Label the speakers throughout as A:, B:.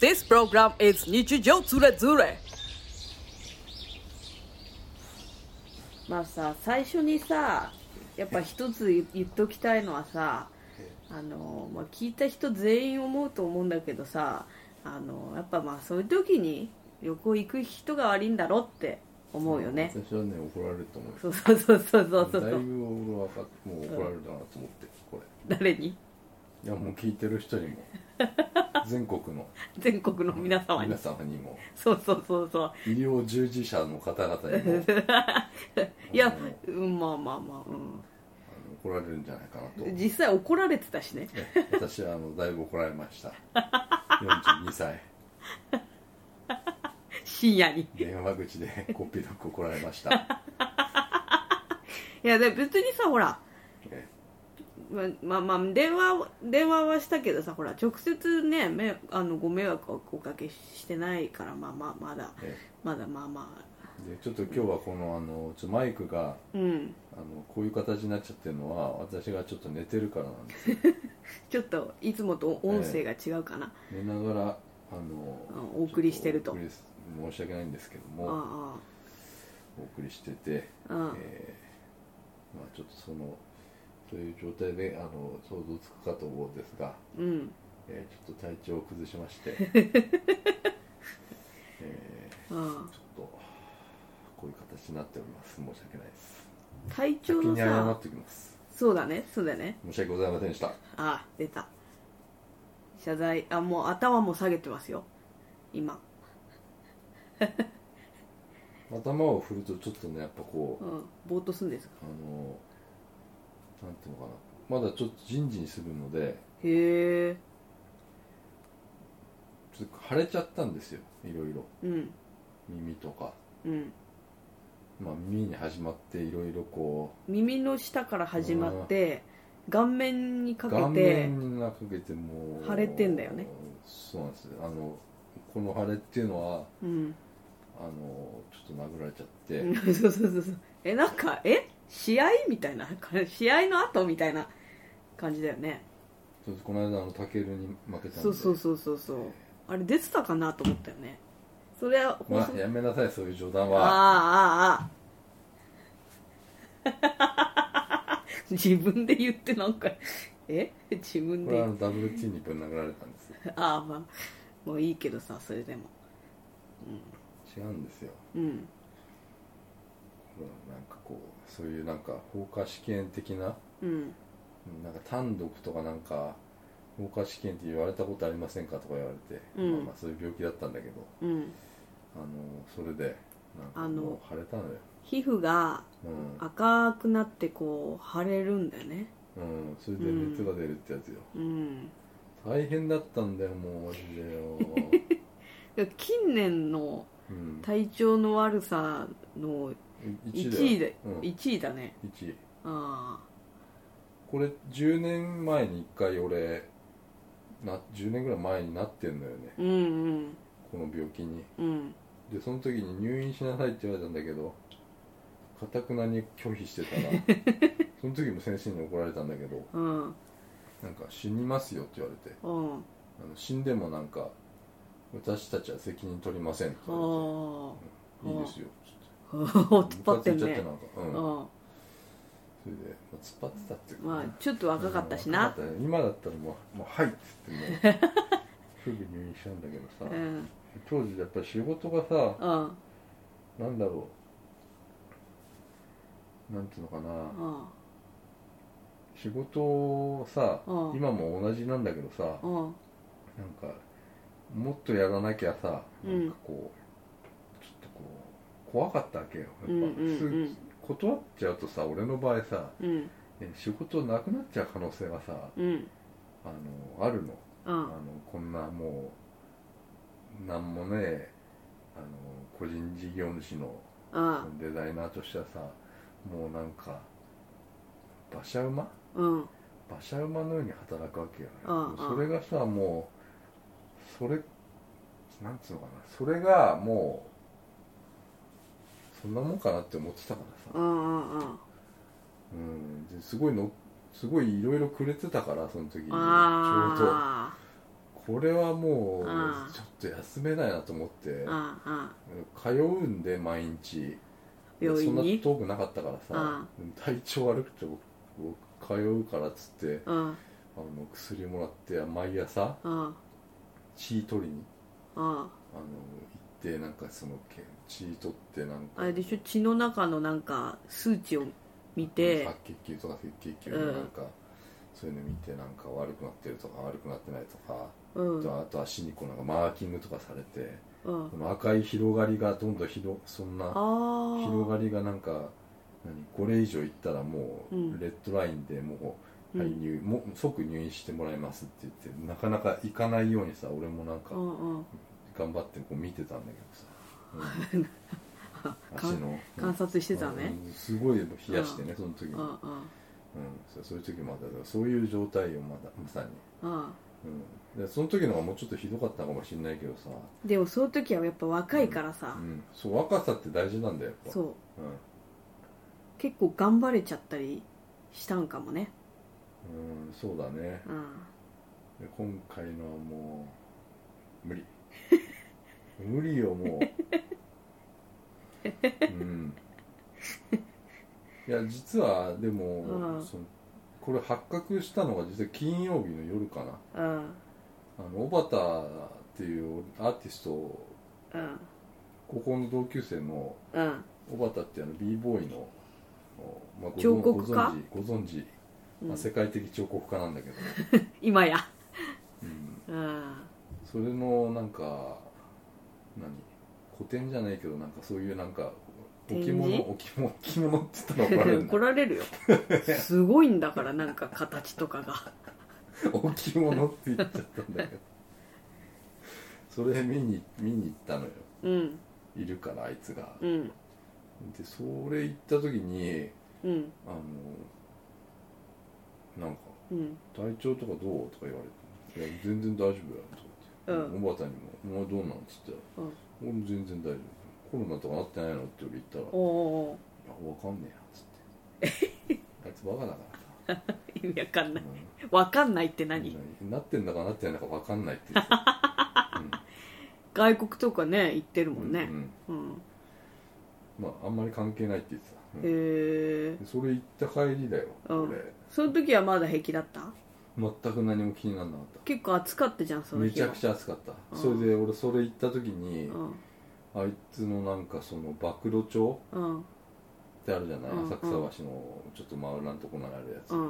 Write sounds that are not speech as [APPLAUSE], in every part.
A: This program is 日常ズレズレ
B: まあさ最初にさやっぱ一つ言言っときたいのはさあの、まあ、聞いた人全員思うと思うんだけどさあのやっぱまあそういう時に旅行行く人が悪いんだろって思うよね、
C: 私はね怒られると思う
B: そうそうそうそうそうそ
C: だいうぶ俺はかもう怒られるだなと思ってこ
B: 誰に
C: れいやもう聞いてる人に
B: [LAUGHS]
C: も全国の
B: 全国の皆様に
C: 皆様にも
B: そうそうそうそう
C: 医療従事者の方々にも
B: いや
C: もう、
B: うん、まあまあまあ、
C: あの怒られるんじゃないかなと
B: うん、実際怒られてたしね
C: え私はあのだいぶ怒られました
B: [LAUGHS]
C: 42歳
B: 深夜に
C: 電話口でこっぴどく怒られました
B: いやで別にさほら
C: え
B: ままあまあ電話は電話はしたけどさほら直接ねめあのご迷惑をおかけしてないからまあまあまだ
C: え
B: まだまあまあ
C: でちょっと今日はこのあのちょっとマイクが
B: うん
C: あのこういう形になっちゃってるのは私がちょっと寝てるからなんですよ
B: ちょっといつもと音声が違うかな、
C: 寝ながらあの
B: うんお送りしてると
C: ちょっお送りす申し訳ないんですけど
B: あ
C: も
B: あ
C: お送りしてて、
B: あああ
C: えーまあ、ちょっとそのそういう状態であの想像つくかと思うんですが、
B: うん
C: えーちょっと体調を崩しま
B: [LAUGHS]
C: して、えー
B: あ
C: ちょっとこういう形になっております申し訳ないです
B: あ体
C: 先
B: 調の
C: に謝
B: さ
C: っておきます
B: そうだねそうだね
C: 申し訳ございませんでした
B: ああ出た謝罪あもう頭も下げてますよ今
C: 頭を振るとちょっとねやっぱこう、
B: うんぼーっとすんですか
C: あのなんていうのかなまだちょっとジンジンするので
B: へえ
C: ちょっと腫れちゃったんですよいろいろ
B: うん
C: 耳とか、
B: うん
C: まあ、耳に始まっていろいろこ
B: 耳の下から始まって顔面に
C: う
B: かけ
C: 顔
B: て
C: 面がかけてもう
B: 腫れてんだよね
C: そうなんですよあのこの腫れっていうのは
B: うん [LAUGHS]
C: あのちょっと殴られちゃって、
B: うんそうそうそうそうえなんかえ試合みたいなこれ試合の後みたいな感じだよね
C: そうですこの間あのタケルに負けたんで
B: そうそうそうそうそうあれ出てたかなと思ったよねそれは放
C: ま
B: 送
C: あやめなさいそういう冗談
B: ああ
C: は
B: あああ [LAUGHS] 自分で言ってなんかえ自分
C: こ
B: で
C: れ
B: 言
C: はあ
B: っ
C: の WT にぶん殴られたんですよ
B: てああまあもういいけどさそれでも
C: 違うんですよ
B: うん
C: なんかこうそういうなんか放火試験的な
B: うん
C: なんか単独とかなんか放火試験って言われたことありませんかとか言われて、
B: うん
C: まあ、まあそういう病気だったんだけど
B: うん
C: あのそれでなんか
B: あの
C: もう腫れたのよ
B: 皮膚が
C: う
B: 赤くなってこう腫れるんだよね
C: ん、うん、それで熱が出るってやつよ、
B: うん
C: 大変だったんだよもうマジ
B: [LAUGHS]
C: でよ、
B: いや近年の
C: うん、
B: 体調の悪さの
C: 1
B: 1位
C: だよ
B: で、
C: うん、1
B: 1位だね
C: 位
B: あ
C: これ10年前に1回俺な10年ぐらい前になってんのよね
B: あうん
C: この病気に
B: うんうん
C: でその時に入院しなさいって言われたんだけどかたくなに拒否してたら
B: [LAUGHS]
C: その時も先生に怒られたんだけど
B: うん
C: なんか死にますよって言われて
B: うんあ
C: あの死んでもなんか私たちは責任取りませんって
B: あ
C: 言われていい
B: はあ
C: ですよつって
B: 突っ張って
C: ムカつい
B: ん
C: ちゃって
B: ね
C: なんかう
B: うんん
C: それで、まあ、突っ張ってたっていうか
B: まあちょっと若かったしな
C: うん若かったね今だったらもう「もうはい」っつってもう
B: [LAUGHS]
C: すぐ入院したんだけど
B: う
C: さ、
B: ん
C: 当時やっぱり仕事がさ
B: うん
C: なんだろうなんていうのかな、
B: うん
C: 仕事をさ、
B: うん
C: 今も同じなんだけどさ、
B: うん
C: なんかもっとやらなきゃさ、
B: うん
C: なんかこうちょっとこう怖かったわけよやっぱ、
B: うんうんうん
C: すぐ断っちゃうとさ俺の場合さ、
B: うん
C: ね仕事なくなっちゃう可能性がさ
B: うん
C: あのあるの,、
B: う
C: あの
B: ん
C: こんなもうなんもねあの個人事業主の
B: うん
C: デザイナーとしてはさもうなんか馬車馬
B: うん
C: 馬車馬のように働くわけよね、
B: うんうん
C: それがさもうそれなんつうのかなそれがもうそんなもんかなって思ってたか
B: う
C: らさ、
B: んうん
C: うん、ですごいのすごいいろいろくれてたからその時にちょうど
B: ああ
C: これはも
B: ああ
C: うちょっと休めないなと思って
B: ああ
C: 通うんで毎日
B: 病院に
C: そんな遠くなかったから
B: あ
C: さ体調悪くて僕僕通うからっつって
B: あ
C: あの薬もらって毎朝
B: あ
C: 血取りに
B: あ
C: あの行ってなんかそのけ血取ってなんか
B: あれでしょ血の中のなんか数値を見て
C: 白血球とか赤血球のなんか、そういうの見てなんか悪くなってるとか悪くなってないとか、
B: うんうん
C: あと足にこうなんかマーキングとかされて
B: あ
C: この赤い広がりがどんどん広そんな
B: あ
C: 広がりがなんか何これ以上いったらもう
B: うん
C: レッドラインでもう、
B: うん
C: はい入もう即入院してもらいますって言ってなかなか行かないようにさ俺もなんか
B: うんうん
C: 頑張ってこう見てたんだ
B: [LAUGHS]
C: けどさ、うん足の
B: 観察してたね
C: うんすごい冷やしてねその時に、
B: う
C: う
B: う
C: ん、
B: んんあ
C: そうそういう時もあったけどそういう状態よまだまさに、
B: あ
C: うん、でその時のがもうちょっとひどかったかもしれないけどさ、
B: でもその時はやっぱ若いから
C: う
B: さ、
C: ん、そう若さって大事なんだよやっぱ
B: そう
C: うん、うん
B: 結構頑張れちゃったりしたんかもね
C: そうだね
B: うん
C: で今回のはもう無理 [LAUGHS] 無理よもううんいや実はでも、
B: うん
C: そのこれ発覚したのが実は金曜日の夜かな
B: うん
C: あの小畑っていうアーティスト
B: うん
C: 高校の同級生の
B: うん
C: 小畑ってあの b ボーイの、おまあ、ご存
B: 彫刻家
C: ご存知
B: う
C: まあ、
B: ん
C: 世界的彫刻家なんだけど、
B: 今や
C: うん、
B: うん
C: それのなんか何古典じゃないけどなんかそういうなんか
B: 展
C: 置
B: 示
C: 物置物置物って言った
B: [LAUGHS]
C: ら怒られる
B: 怒られるよすごいんだからなんか形とかが
C: 置物って言っちゃったんだけどそれ見に見に行ったのよ
B: うん
C: いるからあいつが
B: うん
C: でそれ行った時に
B: うん
C: あのなんか
B: うん
C: 「体調とかどう?」とか言われて「いや全然大丈夫や」とか言って、
B: うん
C: おばたにも「お前どうなの?」っつったら
B: うん
C: 「俺も全然大丈夫コロナとかなってないの?」って俺言ったら
B: おお
C: いやわかんねえや
B: [LAUGHS]
C: つってあいつバカだから
B: ー意味わかんない
C: さ、
B: わかんないって何
C: うん、なってんだかなってんだかわかんないって言ってた
B: 外国とかね行ってるもんね
C: うんうん
B: うん
C: まああんまり関係ないって言ってた、うん
B: へえ
C: でそれ行った帰りだよ、
B: うん
C: 俺
B: その時はまだ平気だった
C: 全く何も気にならなかっ
B: 結構暑かったじゃん
C: た
B: その
C: め
B: 日
C: ちゃ
B: は
C: くちゃ暑かった、
B: うん
C: それで俺それ行った時に、
B: うん
C: あいつのなんかその暴露町
B: うん
C: ってあるじゃない、
B: うん
C: 浅草橋のちょっと真裏のとこにあるやつ、
B: う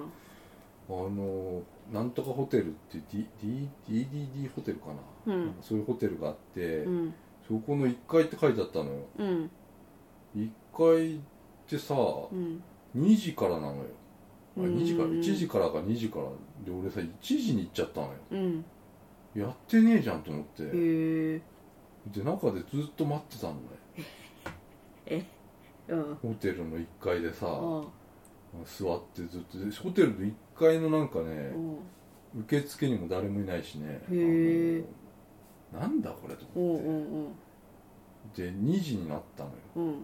C: あ
B: ん
C: のなんとかホテルっていう D- D- DDD ホテルかな,、
B: うん
C: なんかそういうホテルがあって、
B: うん
C: そこの1階って書いてあったのよ
B: うん
C: 1階ってさ
B: うん
C: 2時からなのよあ
B: うん
C: 2時から1時からか2時からで俺さ1時に行っちゃったのよ
B: うん
C: やってねえじゃんと思ってで
B: へえ
C: 中でずっと待ってたのね
B: うん
C: ホテルの1階でさ
B: あ
C: 座ってずっとでホテルの1階のなんかね
B: うん
C: 受付にも誰もいないしねあ
B: へえ
C: のなんだこれと
B: う
C: 思
B: ん
C: っ
B: うん
C: てで2時になったのよ
B: うんうん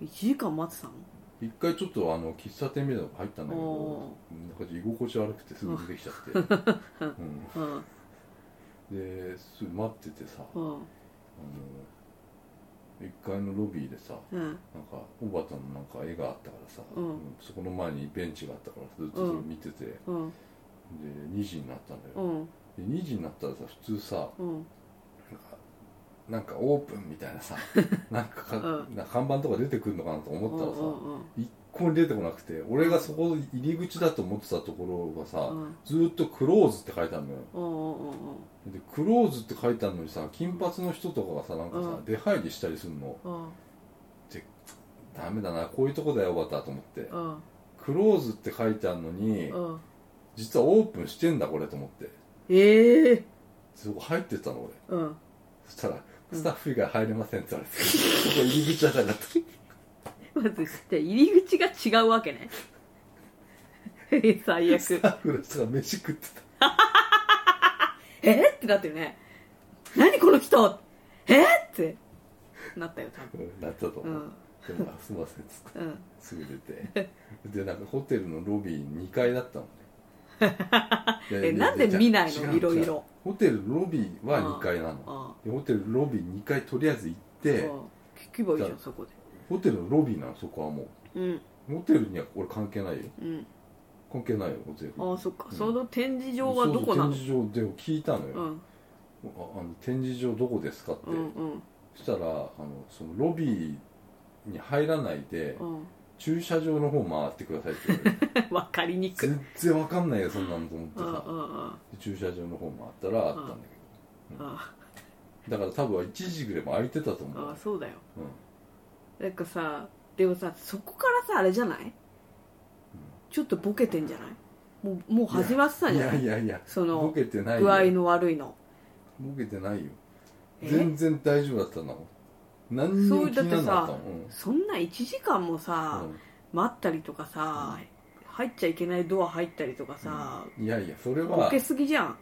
B: 1時間待ってたの
C: 一回ちょっとあの喫茶店みたいなのが入ったんだけど
B: お
C: なんか居心地悪くてすぐ出てきちゃ
B: [LAUGHS]
C: って、
B: うん
C: うん、ですぐ待っててさあ
B: う
C: の
B: ん
C: 一階のロビーでさ
B: うん
C: なんか小畑のなんか絵があったからさ、
B: うん
C: そこの前にベンチがあったからずっとそれ見てて、で
B: うん
C: 2時になったんだ
B: う
C: よ、
B: ん
C: で2時になったらさ普通さ
B: うん
C: なんかなんかオープンみたいな
B: [LAUGHS]
C: さなんかか、
B: うん
C: なんか看板とか出てくるのかなと思ったらさ、
B: うん
C: 一向に出てこなくて俺がそこ入り口だと思ってたところがさ、
B: うんうん
C: ずーっとクローズって書いてあるのよ
B: うんうんうん
C: でクローズって書いてあるのにさ金髪の人とかがさなんかさ、
B: うん
C: 出入りしたりするの
B: うん
C: ダメだなこういうとこだよおばたと思って
B: うん
C: クローズって書いてあるのに
B: うん
C: 実はオープンしてんだこれと思って
B: ええ
C: そこ入ってったの俺
B: うん
C: そしたら
B: うん
C: スタッフ以外入れませんって言われて、そこ入り口だからって
B: まずして入り口が違うわけねえ最悪
C: スタッフの人が飯食ってた
B: えーってなってるね何この人えーってなったよ多分
C: うんなったと思う、
B: うん
C: でもあすいませんっつって
B: うん
C: すぐ出てでなんかホテルのロビー2階だったのねいやいや
B: [LAUGHS] え
C: いや
B: なんで見ない
C: 違う
B: の
C: 違う
B: いろいろ
C: ホテルロビーは2階なの
B: あ
C: でホテルロビー2階とりあえず行っ
B: あ
C: て
B: 聞けばいいじ
C: じ
B: ゃ
C: ゃ
B: ん
C: あ
B: そこで
C: ホテルのロビーなのそこはも
B: うん
C: うホテルには俺関係ないよ
B: うん
C: 関係ないよホテル
B: ああそっか、
C: うん
B: その展示場はどこなの
C: そうそう展示場で聞いたのよ、
B: う
C: あ
B: ん
C: あの展示場どこですかって、
B: うんうん
C: そしたらあのそのロビーに入らないで、
B: うん
C: 駐車場の方回ってくださいって言わ
B: [LAUGHS]
C: れて
B: わかりにくい
C: 全然わかんないよそんなのと思って
B: うんうん
C: さ、
B: うん
C: で駐車場の方回ったらあったんだ
B: あ
C: けど、だから多分1時ぐらいも空いてたと思う、
B: あそうだよ
C: うん
B: なんかさでもさそこからさあれじゃない、ちょっとボケてんじゃないもうもう始まってたん
C: い
B: じゃな
C: や
B: い
C: いやいや
B: その
C: ボケてないよ
B: 具合の悪いの
C: ボケてないよ
B: え
C: 全然大丈夫だったの何に
B: そ
C: も
B: う
C: 気
B: だっ
C: にな
B: て
C: んなかった
B: さ
C: もん、うん
B: そんな1時間もさ、待ったりとかさ、入っちゃいけないドア入ったりとかさ、
C: うんいやいやそれ
B: ボ
C: は
B: ケすぎじゃん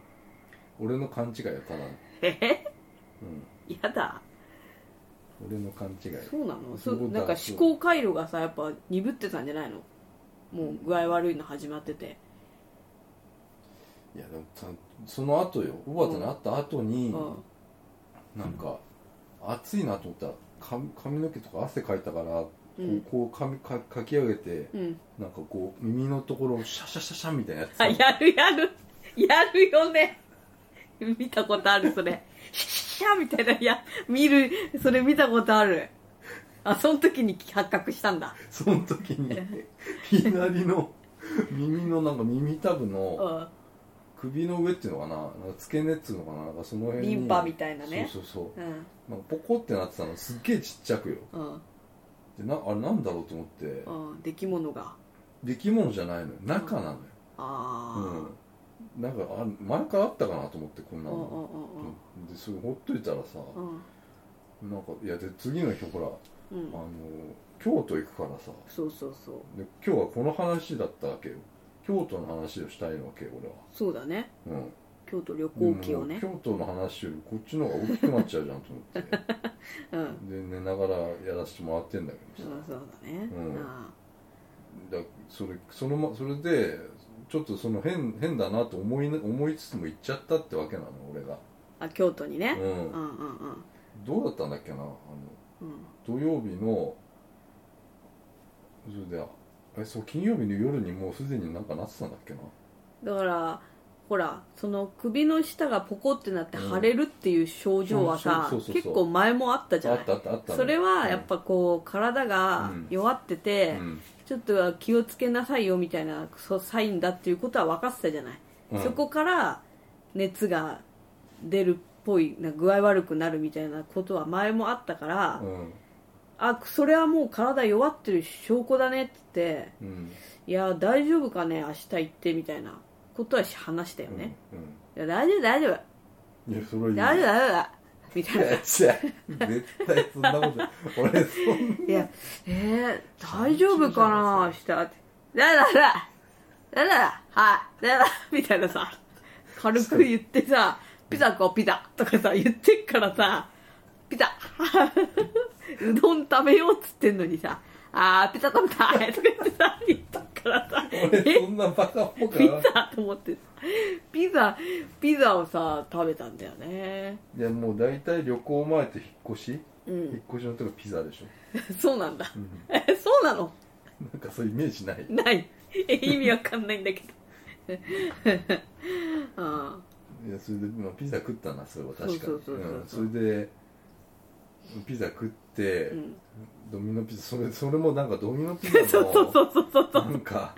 C: 俺の勘違いよただの、
B: え
C: うん、
B: やだ
C: 俺の勘違い
B: そうなのそ
C: そういううこと
B: なんか
C: だそう
B: 思考回路がさやっぱ鈍ってたんじゃないのもう具合悪いの始まってて
C: いやでもさその後よ小畑に会った後に、
B: うん
C: なんか暑いなと思ったら髪髪の毛とか汗かいたからこう,、
B: うん
C: こう髪かかき上げて
B: うん
C: なんかこう耳のところをシャシャシャシャみたいなやつ
B: あやるやるやるよね見たことあるそれシャーみたいないや見るそれ見たことあるあその時に発覚したんだ
C: その時
B: [LAUGHS]
C: に左の [LAUGHS] 耳のなんか耳たぶの、
B: うん
C: 首の上っていうのかななんか付け根っていうのかななんかその辺に
B: リンパみたいなね
C: そうそうそう
B: うん
C: なんかポコってなってたのすっげえちっちゃくよ
B: うん
C: でなあれなんだろうと思って
B: うん出来物が
C: 出来物じゃないのよ中なのよ
B: ああ
C: うんなんかあ前からあったかなと思ってこん
B: う
C: なん
B: うん
C: の、
B: うん
C: うんでそれほっといたらさ、
B: うんうん
C: なんかいやで次の日ほら、
B: う
C: あの
B: ん
C: 京都行くからさ
B: そうそうそう
C: で今日はこの話だったわけよ京都の話をしたいわけよ
B: そうだね
C: 俺はうん
B: 京都旅行記をね
C: でも京都の話よりこっちの方が大きくなっちゃうじゃんと思って
B: うん
C: で寝ながらやらせてもらってんだけ
B: そ
C: どさ、
B: うそうだね
C: うん
B: あ
C: だそれそのまそれでちょっとその変変だなと思いな思いつつも行っちゃったってわけなの俺が、
B: あ京都にね
C: う
B: うんんうんうん
C: どうだったんだっけなあの
B: うん
C: 土曜日のそれでえそう金曜日の夜にもうすでになんかなってたんだっけな
B: だからほらその首の下がポコってなって腫れるっていう症状はさ、
C: うんそうそうそうそう
B: 結構前もあったじゃ
C: あ
B: ない
C: ったあったあった
B: それはやっ、ぱこう体が弱って
C: う
B: て、
C: ん
B: ちょっとは気をつけなさいよみたいなそうサインだっていうことは分かってたじゃない、
C: うん
B: そこから熱が出るっぽいな具合悪くなるみたいなことは前もあったから、
C: うん
B: あそれはもう体弱ってる証拠だねって言って
C: うん
B: いや大丈夫かね明日行ってみたいなことは話したよね、
C: うん
B: いや大丈夫大丈夫
C: うんいやそれはいい
B: 大丈夫大丈夫だみたい
C: [LAUGHS]
B: な
C: いや違う絶対そんなこと俺そんない
B: やえー、大丈夫かな明日だだだだだはいだだみたいなさ軽く言ってさピザかピザとかさ言ってっからさピザ [LAUGHS] うどん食べようっつってんのにさあーピザ食べたいとか言ってさ言ったからさ
C: 俺そんなバカっぽ
B: [LAUGHS]
C: く
B: ピ
C: な
B: ザと思ってピザピザをさ食べたんだよね [LAUGHS]
C: いやもう大体旅行前って引っ越し、
B: うん
C: 引っ越しのとこピザでしょ、
B: そうなんだ
C: うん
B: え [LAUGHS] そうなの
C: なんかそういうイメージない
B: ない [LAUGHS] え意味わかんないんだけど [LAUGHS] あ
C: いやそれで、まあ、ピザ食ったなそれは確か
B: そ
C: に
B: うそうそうそう
C: うんそれでピザ食っ
B: ー
C: て、
B: うん
C: ドミノピザそれそれもなんかドミノピ
B: [LAUGHS] そう
C: ザ
B: そうそ
C: の
B: うそうそうそう
C: なんか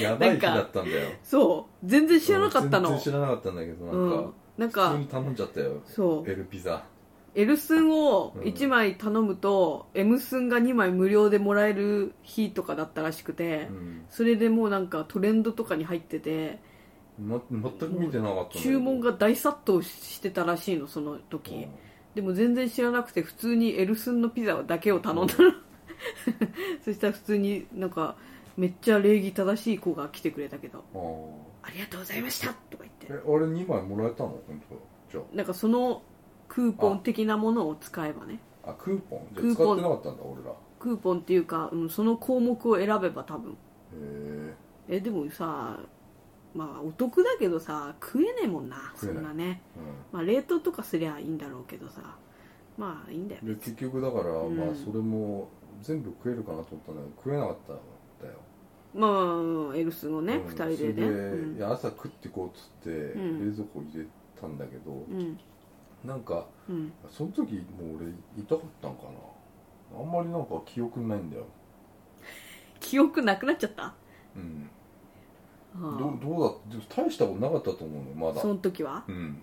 C: やばい日だったんだよ
B: そう全然知らなかったの
C: うん全然知らなかったんだけど
B: う
C: なん
B: んなんか
C: か、普通に頼んじゃったよ
B: そう
C: L ピザ
B: L 寸を1枚頼むと、M 寸が2枚無料でもらえる日とかだったらしくて、
C: うん、
B: それでもうなんかトレンドとかに入ってて
C: ま、全く見てなかったんだけど
B: 注文が大殺到してたらしいのその時、
C: うん
B: でも全然知らなくて普通にエルスンのピザだけを頼んだら [LAUGHS] そしたら普通になんかめっちゃ礼儀正しい子が来てくれたけど
C: あ
B: 「ありがとうございました」とか言っ
C: ーえあ
B: て
C: れ2枚もらえたの本当だじゃあ
B: なんかそのクーポン的なものを使えばね
C: あクーポンじゃ
B: クー
C: あ
B: ポ
C: 使
B: ン
C: ってなかったんだ俺らへ
B: クーポンっていうか、うん、その項目を選べば多分
C: え
B: えでもさまあお得だけどさ食えねえもんなそ
C: 食えない
B: んなね
C: う
B: まあ冷凍とかすりゃいいんだろうけどさまあいいんだよ
C: ん、で結局だから、
B: うん
C: まあそれも全部食えるかなと思ったんだけど食えなかったんだよ
B: まあエルスのね、
C: うん
B: 二2人でね
C: それ
B: うん
C: いや朝食ってこうっつって、
B: ん
C: 冷蔵庫入れたんだけど、
B: うん
C: なんか
B: うん
C: その時もう俺痛かったんかなあんまりなんか記憶にないんだよ
B: 記憶なくなっちゃったあ
C: うん
B: あ
C: どうどうだでも大したことなかったと思うのよまだ
B: その時は
C: うん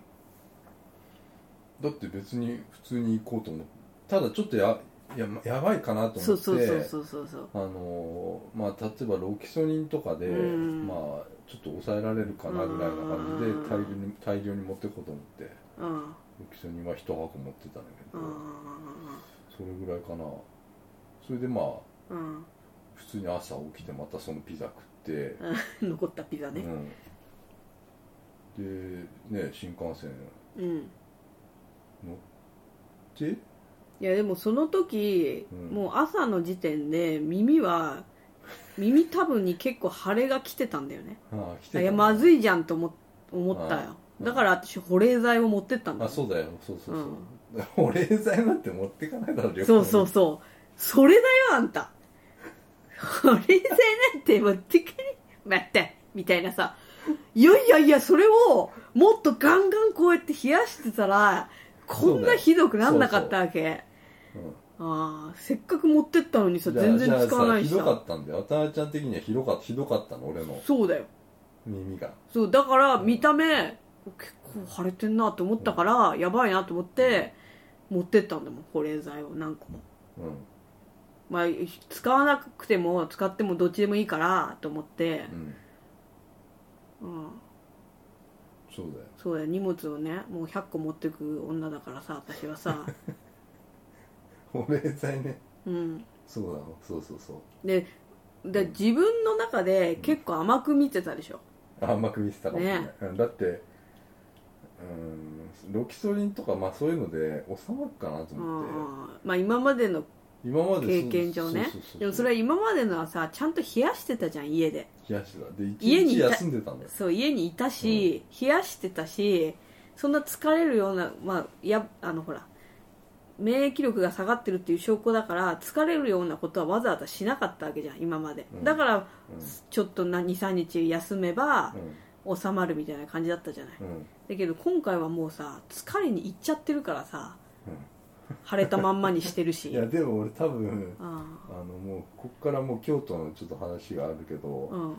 C: だって別に普通に行こうと思ってただちょっとやややばいかなと思って
B: そうそうそうそうそうそう
C: あのーまあ、例えばロキソニンとかで、
B: うん
C: まあ、ちょっと抑えられるかなぐらいな感じで
B: うん
C: 大量に大量に持っていこうと思って
B: うん
C: ロキソニンは1箱持ってたんだけ
B: う
C: ど、
B: ん
C: それぐらいかなそれでまあ
B: うん [LAUGHS]
C: 普通に朝起きてまたそのピザ食って、
B: 残ったピザ
C: う
B: ね
C: んでね新幹線
B: うん
C: 乗って
B: いやでもその時、
C: うん
B: もう朝の時点で耳は耳たぶんに結構腫れが来てたんだよね
C: ああ来て
B: い
C: た
B: やまずいじゃんと思思ったよ
C: うん
B: だから私保冷剤を持ってったんだ
C: あ
B: よ
C: そうだよそうそうそう、お礼剤なんて持ってかないだろ旅行に
B: そうそうそうそれだよあんた保冷剤なんて持ってけ待ってみたいなさいやいやいやそれをもっとガンガンこうやって冷やしてたらこんなひどくなんなかったわけ
C: うん
B: ああせっかく持ってったのにさ
C: じゃあ
B: 全然使わないし
C: じゃあさひどか
B: さ
C: ったんだよ渡辺ちゃん的にはひどかひどかったの俺の
B: そうだよ
C: 耳が
B: そうだから見た目結構腫れてんなと思ったから、やばいなと思って持ってったんだもん保冷剤を何個も、
C: う
B: まあ、使わなくても使ってもどっちでもいいからと思って、
C: んうん
B: うん、
C: そうだよ
B: そうだよ荷物をねもう100個持ってく女だからさ私は
C: [LAUGHS]
B: さ、
C: お礼剤ね
B: うん、
C: そうだよそうそうそう
B: でで自分の中で結構甘く見てたでしょ、
C: あ甘く見せたかもしれない、
B: ね
C: うんだってうんロキソリンとか、まあ、そういうので収まるかなと
B: う
C: 思って、
B: んまあ、今までの
C: 今まで
B: 経験上ね
C: そうそうそう
B: でもそれは今までのはさちゃんと冷やしてたじゃん家で
C: 冷やしてたで
B: 家
C: 一
B: にい
C: 日
B: た
C: 休んでたんだよ
B: そう家にいたし、冷やしてたしそんな疲れるようなまあやあのほら免疫力が下がってるっていう証拠だから疲れるようなことはわざわざしなかったわけじゃん今まで、
C: うん
B: だから
C: うん
B: ちょっと23日休めば収まるみたいな感じだったじゃない、
C: うんうん
B: だけど今回はもうさ疲れに行っちゃってるからさ腫れたまんまにしてる
C: うん
B: し
C: [LAUGHS] いやでも俺多分
B: あ
C: あのもうこっからもう京都のちょっと話があるけど、
B: あうん
C: あの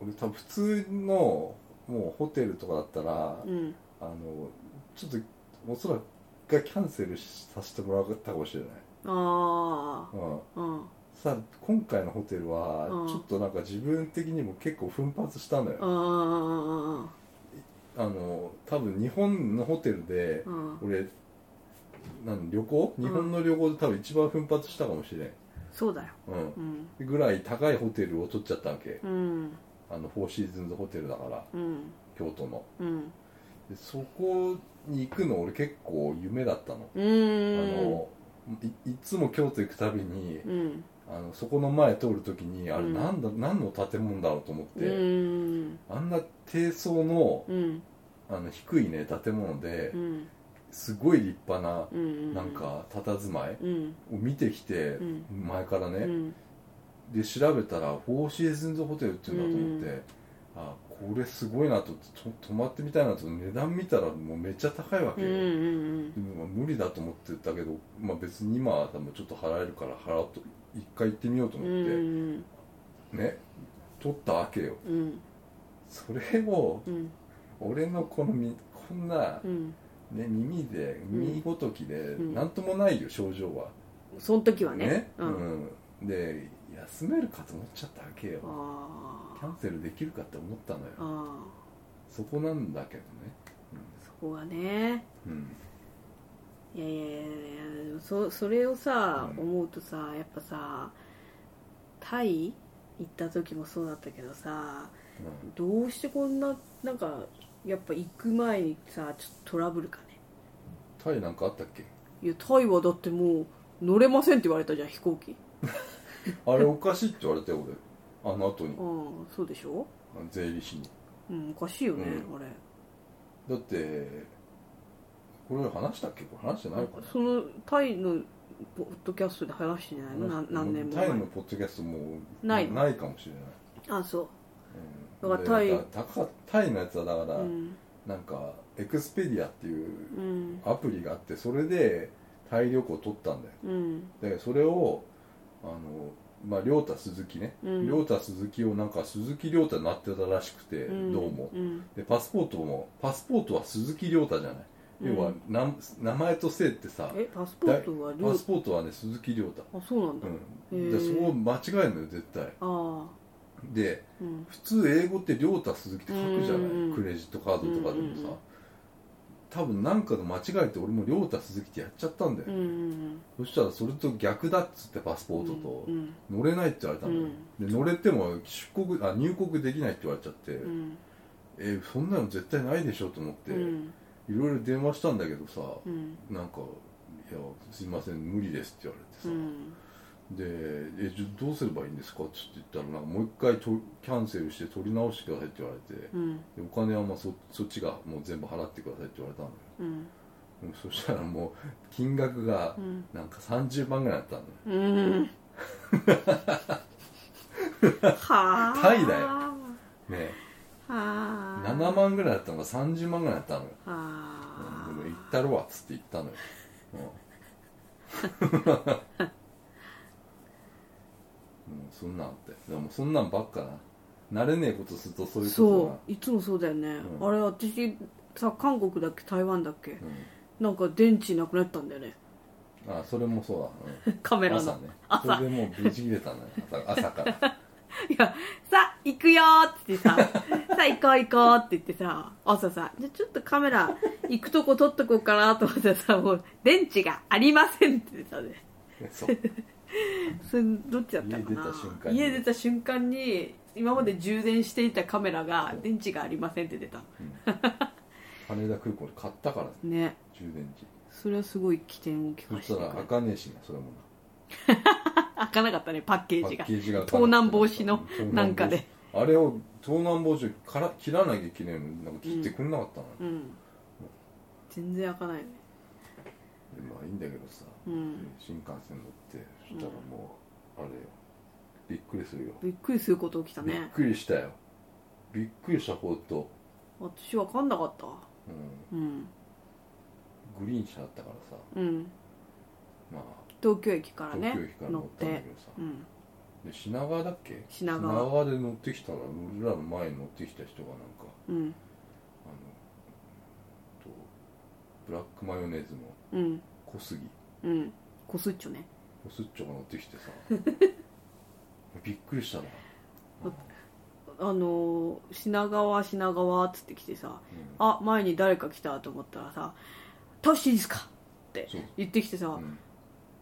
C: 俺多分普通のもうホテルとかだったら、
B: うん
C: あのちょっとおそらくがキャンセルさせてもらったかもしれない、
B: あ
C: うん、
B: あうん
C: さあ今回のホテルは
B: うん
C: ちょっとなんか自分的にも結構奮発したの
B: う
C: よ、
B: んうん
C: あの多分日本のホテルで
B: うん
C: 俺なん旅行
B: ん
C: 日本の旅行で多分一番奮発したかもしれん、
B: そうだよ
C: うん
B: うん
C: ぐらい高いホテルを取っちゃったわけ
B: うん
C: あのフォーシーズンズホテルだから
B: うん
C: 京都の
B: うん
C: でそこに行くの俺結構夢だったの,、
B: う
C: あ
B: ーん
C: のいいつも京都行くたびに
B: うん
C: あのそこの前通るときにあれ
B: うん
C: なんだ、何の建物だろうと思っ
B: う
C: て、
B: ーん
C: あんな低層の
B: うん
C: あの低いね建物で
B: うん
C: すごい立派な
B: うん
C: なんか佇まい
B: うん
C: を見てきて
B: うん
C: 前から
B: う
C: ね、
B: ん
C: で調べたらフォーシーズンズホテルっていうんだと思って、あこれすごいなとと泊まってみたいなと値段見たらもうめっちゃ高いわ
B: う
C: け
B: んう
C: よ、
B: ん
C: でもまあ無理だと思ってたけど、まあ、別に今は多分ちょっと払えるから払うと一回行ってみようと
B: うんう
C: 思って、
B: ん
C: ね取ったわけよ
B: うん
C: それを
B: うん
C: 俺のこのみこんな、
B: うん
C: ね、耳で耳ごときで
B: ん
C: 何ともないよ症状は、
B: その時はねう
C: うんんで休めるかと思っちゃったわけよキャ
B: あ
C: ンセルできるかって思ったの
B: あ
C: よ
B: あ
C: そこなんだけどね
B: あそこがね
C: うん
B: いやいやいやいやそそれをさ、
C: うん
B: 思うとさやっぱさタイ行った時もそうだったけどさどうしてこんななんかやっぱ行く前にさちょっとトラブルかね
C: タイなんかあったっけ
B: いやタイはだってもう乗れませんって言われたじゃん飛行機
C: あれおかしいって言われたよ俺あの後に
B: うんそうでしょ
C: 税理士に
B: うん、おかしいよね、
C: う
B: あれ
C: だってこれ話したっけこれ話してないかな
B: そのタイのポッドキャストで話してないのな何年も
C: タ
B: 前
C: イのポッドキャストもう
B: ない
C: ないかもしれない
B: あそ
C: うん
B: だからタイ
C: でなんか高タイのやつはだか
B: う
C: ら、
B: うん
C: なんかエクスペディアっていう
B: うん
C: アプリがあってそれでタイ旅行を取ったんだよ
B: うん
C: でそれをあのまあ亮太鈴木ね
B: うん
C: 亮太、鈴木をなんか鈴木亮太になってたらしくて、
B: うん
C: どうも
B: うん
C: でパスポートもパスポートは鈴木亮太じゃない、
B: うん
C: 要はなん名前と姓ってさ
B: えパスポートは
C: パ
B: 両
C: スポートはね鈴木亮太
B: あそうなんだ、
C: う
B: へ
C: ん
B: ー
C: でそこ間違えるのよ絶対
B: ああ
C: で
B: うん
C: 普通英語って亮太鈴木って書くじゃない、
B: うんうんうん
C: クレジットカードと
B: う
C: かでもさ、
B: んうんうん
C: 多分なんかの間違えて俺も亮太鈴木ってやっちゃったんだよ
B: う、んうん
C: そしたらそれと逆だっつってパスポ
B: う
C: ー
B: ん
C: トと、
B: うん
C: 乗れないって言われたのよ、で乗れても出国あ入国できないって言われちゃって、
B: うん
C: えそんなの絶対ないでしょと思って、
B: う
C: い
B: ん
C: ろいろ電話したんだけどさ、
B: うん
C: なんか「いやすいません無理です」って言われてさ、
B: うん
C: でえじゃ「どうすればいいんですか?」って言ったらなんかもう一回とキャンセルして取り直してくださいって言われて、
B: うん
C: でお金はまあそそっちがもう全部払ってくださいって言われたのよ
B: うん
C: でもそしたらもう金額が
B: うん
C: なんか30万ぐらいだったのよ
B: うんはあ
C: タイだよ
B: は
C: ね
B: あ
C: 7万ぐらいだったのが30万ぐらいだったのよ
B: あ
C: うんでも行ったるわっつって行ったのよ、うんうん、そんなんあってでもそんなんばっかな慣れねえことするとそういうこ
B: そういつもそうだよね、
C: うん
B: あれ私さ韓国だっけ台湾だっけ
C: とが、
B: なんか電池なくなったんだよね
C: うん、あそれもそうだ、
B: カ
C: う
B: メ
C: ん、
B: ラの、
C: 朝ねそれでもうブチ切れたのよ朝朝から
B: [LAUGHS] いやさあ行くよーって言ってさ [LAUGHS] さあ行こう行こうって言ってさ朝さじゃあちょっとカメラ行くとこ撮っとこうかなと思ってさもう電池がありませんって言ってたね
C: そう
B: それどっちだったかな
C: 家出た瞬間に
B: 家出た瞬間に今まで充電していたカメラが電池がありませんって出た
C: 羽田空港で買ったから
B: ね
C: 充電器
B: それはすごい起点を聞かせて
C: そした
B: くれ
C: ら
B: た
C: 開かねえしなそれもな
B: 開かなかったねパッケージが
C: パッケージが
B: 盗難防止のなんかで
C: あれを盗難防止から切らなきゃいけないのになんか切ってくんなかったの、
B: うん全然開かないよね
C: まあいいんだけどさ、
B: うん
C: 新幹線乗ってそしたらもう、あれよびっくりするよ、
B: びっくりすること起きた
C: びっ
B: ね
C: くりしたよびっくりしたこと、
B: 私分かんなかった
C: う
B: うん
C: ん、グリーン車だったからさ
B: うん
C: まあ
B: 東京駅からね
C: 東京駅から乗
B: 乗
C: っ
B: った
C: んだ
B: て
C: けどさ、
B: うん
C: で品川だっけ
B: 品川
C: で乗ってきたら俺らの前に乗ってきた人がなんか
B: うん
C: あのとブラックマヨネーズの
B: うん
C: 小杉
B: うんこすっちょね
C: おすっちょが乗ってきて
B: [LAUGHS]
C: さびっくりしたな、うん
B: あのー品川品川っつって来てさあ前に誰か来たと思ったらさ「倒していいですか?」って
C: そう
B: 言ってきてさ、
C: うん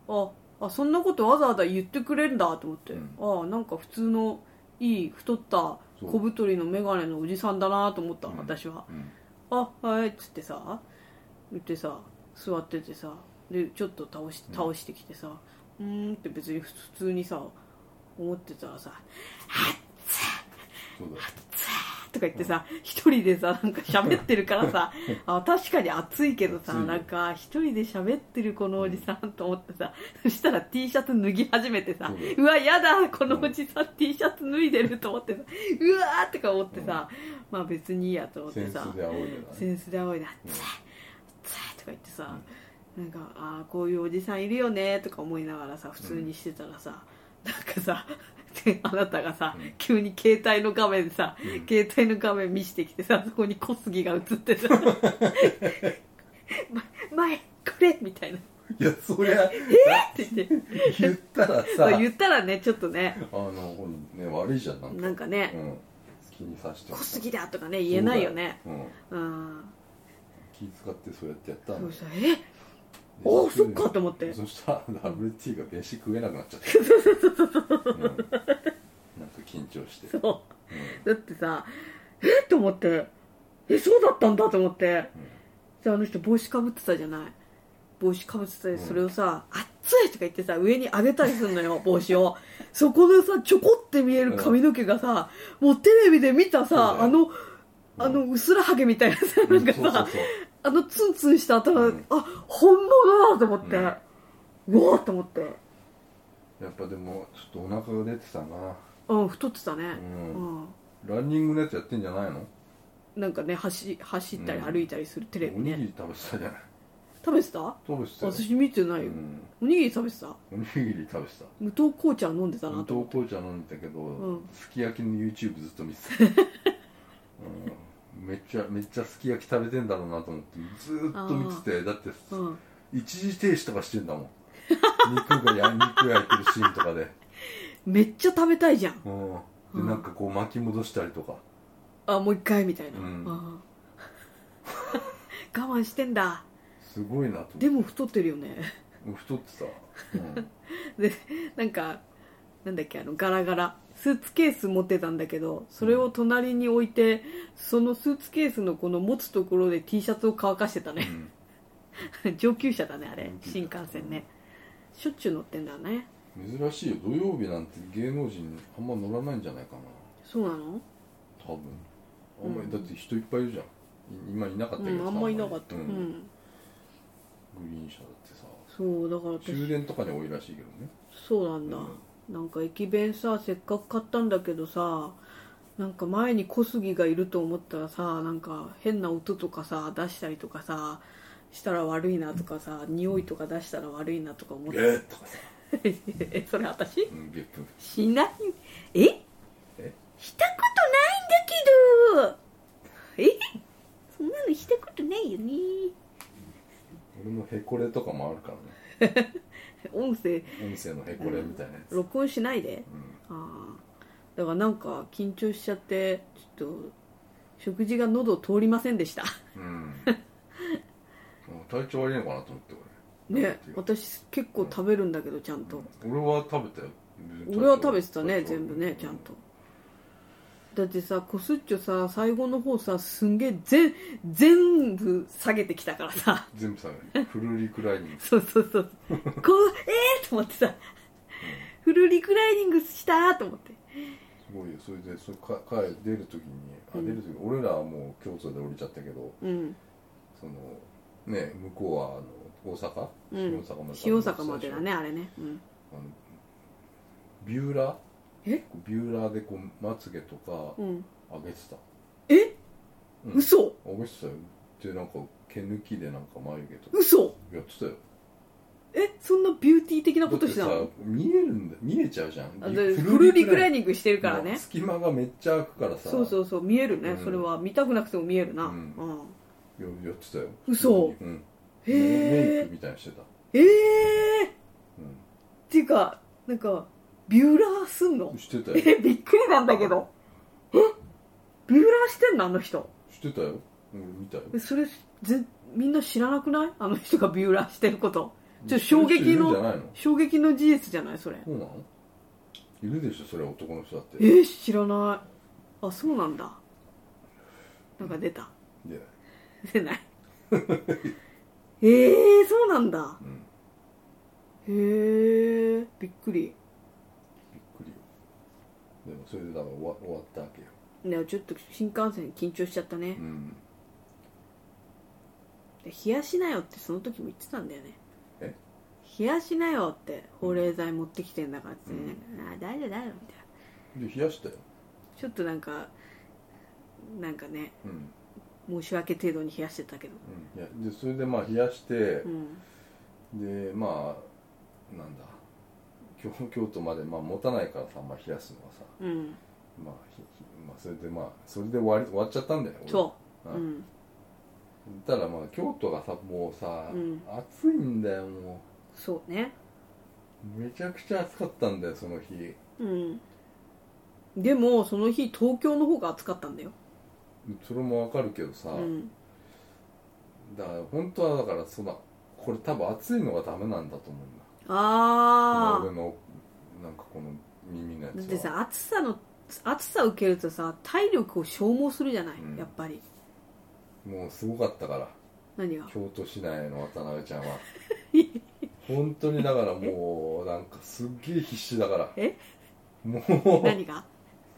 B: ああそんなことわざわざ言ってくれるんだと思って、
C: うん
B: あなんか普通のいい太った
C: そう
B: 小太りの眼鏡のおじさんだなと思ったの、
C: うん
B: 私は
C: うん
B: 「あはい」っつってさ言ってさ座っててさでちょっと倒し倒してきてさうーんって別に普通にさ思ってたらさ
C: そうだよ
B: とか言ってさ、一人でさ、なんか喋ってるからさ、あ確かに暑いけどさ、
C: 暑いよ
B: なんか一人で喋ってるこのおじさんと思って
C: [LAUGHS]
B: さ、そしたら T シャツ脱ぎ始めてさ
C: そうだよ、
B: うわ、やだ、このおじさん T シャツ脱いでると思ってさ、うわーとか思ってさ、まあ別にいいやと思っ
C: セ
B: て
C: ンスで
B: さ、
C: 青いで
B: センスで青いな、
C: うん
B: つえつえとか言ってさ、なんか、ああ、こういうおじさんいるよねとか思いながらさ、普通にしてたらさ、なんかさ、であなたがさ、
C: うん
B: 急に携帯の画面さ、
C: うん
B: 携帯の画面見してきてさ、そこに小杉が映ってさ、 [LAUGHS] ま前、これみたいな。っ
C: いやそ
B: [LAUGHS]
C: りゃ
B: て言って、
C: 言ったらさ
B: そう言ったらね、ちょっとね、
C: あのほんね悪いじゃんなんか
B: なんかね、
C: うん、気にさして
B: 小杉だとかね、言えないよね。
C: そうだよ
B: うん。
C: うん、気遣ってそうやってやった
B: そ
C: の
B: うさ、えおーそっかと思って
C: そしたら WT が飯食えなくなっちゃってうん、なんか緊張して、
B: そうう。だ
C: ん
B: ってさえっと思ってえそうだったんだと思って
C: うん
B: であの人帽子かぶってたじゃない帽子かぶってたで
C: ん
B: それをさ、あっ熱いとか言ってさ、上に上げたりするの
C: [LAUGHS]
B: よ、帽子を。そこでさ、ちょこって見える髪の毛がさ、もうテレビで見た
C: そ
B: さ、
C: うだよ
B: あの、あの、うすらはげみたいなさ、なんか
C: そうそう
B: さ、
C: そう
B: あのツンツンした頭、
C: うん
B: あ、本物だと思って、
C: う
B: うんわーと思って。
C: やっぱでもちょっとお腹が出てたな
B: うん、太ってたね。
C: う
B: うん
C: ランニングのやつやってんじゃないの
B: なんかね走走ったり
C: うん
B: 歩いたりするテレビ
C: おにぎ
B: ね、
C: り食べてたじゃない
B: 食べてた
C: 食べてたよ
B: 私見てな
C: う
B: いよ、
C: ん
B: おにぎり食べてた
C: おにぎり食べてた
B: 無糖紅茶飲んでた
C: 無
B: な
C: 糖
B: と
C: 紅茶飲んでたけど、
B: うん
C: すき焼きの YouTube ずっと見てた、
B: [LAUGHS]
C: うん、めっちゃめっちゃすき焼き食べてんだろうなと思ってずーっと見ててだって、
B: うん
C: 一時停止とかしてんだもん肉が
B: [LAUGHS]
C: や肉焼いてるシーンとかで、
B: めっちゃ食べたいじゃん
C: う、
B: うんん
C: でなんかこう巻き戻したりとか
B: あもう一回みたいな、
C: う
B: うんん [LAUGHS] 我慢してんだ
C: すごいなと
B: で
C: 思
B: も太ってるよね [LAUGHS]
C: って太ってた、うん、
B: でなんかなんだっけあのガラガラスーツケース持ってたんだけどそれを隣に置いてそのスーツケースのこの持つところで T シャツを乾かしてたね、
C: うん
B: [LAUGHS] 上級者だねあれ
C: 上級者
B: 新幹線ねしょっちゅう乗ってんだね
C: 珍しいよ土曜日なんて芸能人あんま乗らないんじゃないかな
B: そうなの
C: 多分あんまり、
B: うん
C: だって人いっぱいいるじゃんい今いなかった
B: う
C: けどさ、
B: んあんまいなかった
C: う
B: うんん、
C: グリーン車だってさ
B: そうだから
C: 終
B: 私
C: 電とかに多いらしいけどね
B: そうなんだ、なんか駅弁させっかく買ったんだけどさなんか前に小杉がいると思ったらさなんか変な音とかさ出したりとかさしたら悪いなとかさ匂いとか出したら悪いなとか思っ
C: ゲ
B: て、
C: ーッとかさ、
B: え [LAUGHS] それ私
C: うん、ゲップ
B: しないえ
C: え
B: したことないんだけどえそんなのしたことないよね
C: 俺のへこれとかもあるからね
B: 音声
C: 音声のへこれみたいなやつ、うん
B: 録音しないでああだからなんか緊張しちゃってちょっと食事が喉を通りませんで [LAUGHS] した
C: うん、もう体調悪いのかなと思って俺
B: ね私結構食べるんだけどちゃんと
C: 俺は食べたよ別に
B: 俺は食べてたね
C: 体調悪い
B: 全部ねちゃんとだってさコスッチョさ最後の方さすんげえ全全部下げてきたからさ
C: 全部下げるフルリクライニング
B: そうそうそう。こう、えー、と思ってさ、フルリクライニングしたーと思って。
C: すごいよそれでそれか帰出る時にあ
B: うん
C: 出る時、俺らはもう京都で降りちゃったけど
B: うん。
C: そのね向こうはあの大阪、
B: うん
C: 大阪まで
B: 塩坂までだね、あれね。うん。
C: あのビューラー
B: え
C: ビューラーでこうまつげとか
B: うん。
C: 上げてた、
B: え
C: うん、
B: 嘘
C: 上げてたよでなんか毛抜きでなんか眉毛とか
B: 嘘
C: やってたよ
B: え、そんなビューティー的な
C: だ
B: こ
C: っ
B: と
C: て
B: した
C: さ
B: の
C: 見えるんだ見えちゃうじゃん
B: あでフルリクライ
C: ニン
B: ニングしてる
C: グ
B: からね。
C: 隙間がめっちゃ開くからさ
B: そうそうそう、見えるね、
C: うん
B: それは。見たくなくても見えるな。
C: う
B: うんん。
C: ややってたよ
B: 嘘
C: うん
B: へ
C: メイ
B: え
C: ク。みたいにしてた、
B: えー。
C: う
B: っていうか、なんか、ビューラーすんの
C: ん、してたよ
B: え、びっくりなんだけど。えビューラーしてんのあの人。
C: してたよ俺見たよ
B: えそれぜみんな知らなくないあの人がビューラーしてることちょ衝撃
C: いるんじゃ
B: の
C: ないの
B: 衝撃の事実じゃないそれ
C: そうなのいるでしょそれは男の人だって
B: えー、知らないあそうなんだなんか出た
C: で
B: 出
C: [LAUGHS]
B: ないえー、そうなんだ
C: うん
B: へえびっくり
C: びっくりよでもそれでだから終わ終わったわけよ
B: ねちょっと新幹線緊張しちゃったね
C: う、ん
B: で冷やしなよってその時も言ってたんだよね
C: え
B: 冷やしなよって保冷剤持ってきてんだからって、ねあー大丈夫大丈夫みたいな
C: で冷やしたよ
B: ちょっとなんかなんかね
C: うん
B: 申し訳程度に冷やしてたけど
C: うんいやでそれでまあ冷やして
B: う、ん
C: でまあなんだ京京都までまあ持たないからさ、まあ、冷やすのはさ、
B: うん
C: まあ、ひひまあそれでまあそれで終わり終わっちゃったんだよ俺
B: そう
C: う
B: うんん
C: ただまあ京都がさもうさ、
B: うん
C: 暑いんだよも
B: そうね
C: うめちゃくちゃ暑かったんだよその日
B: うんでもその日東京の方が暑かったんだよ
C: それもわかるけどさ、
B: うん
C: だから本当はだからそんなこれ多分暑いのがダメなんだと思うんだ
B: あ
C: 俺のなんかこの耳のや
B: あだっ
C: つ
B: てさ暑さの暑さ受けるとさ体力を消耗するじゃない、
C: うん
B: やっぱり
C: もうすごかったから
B: 何が [LAUGHS]
C: 京都市内の渡辺ちゃんは本当にだからもうなんかすっげえ必死だから
B: え
C: も
B: 何が
C: う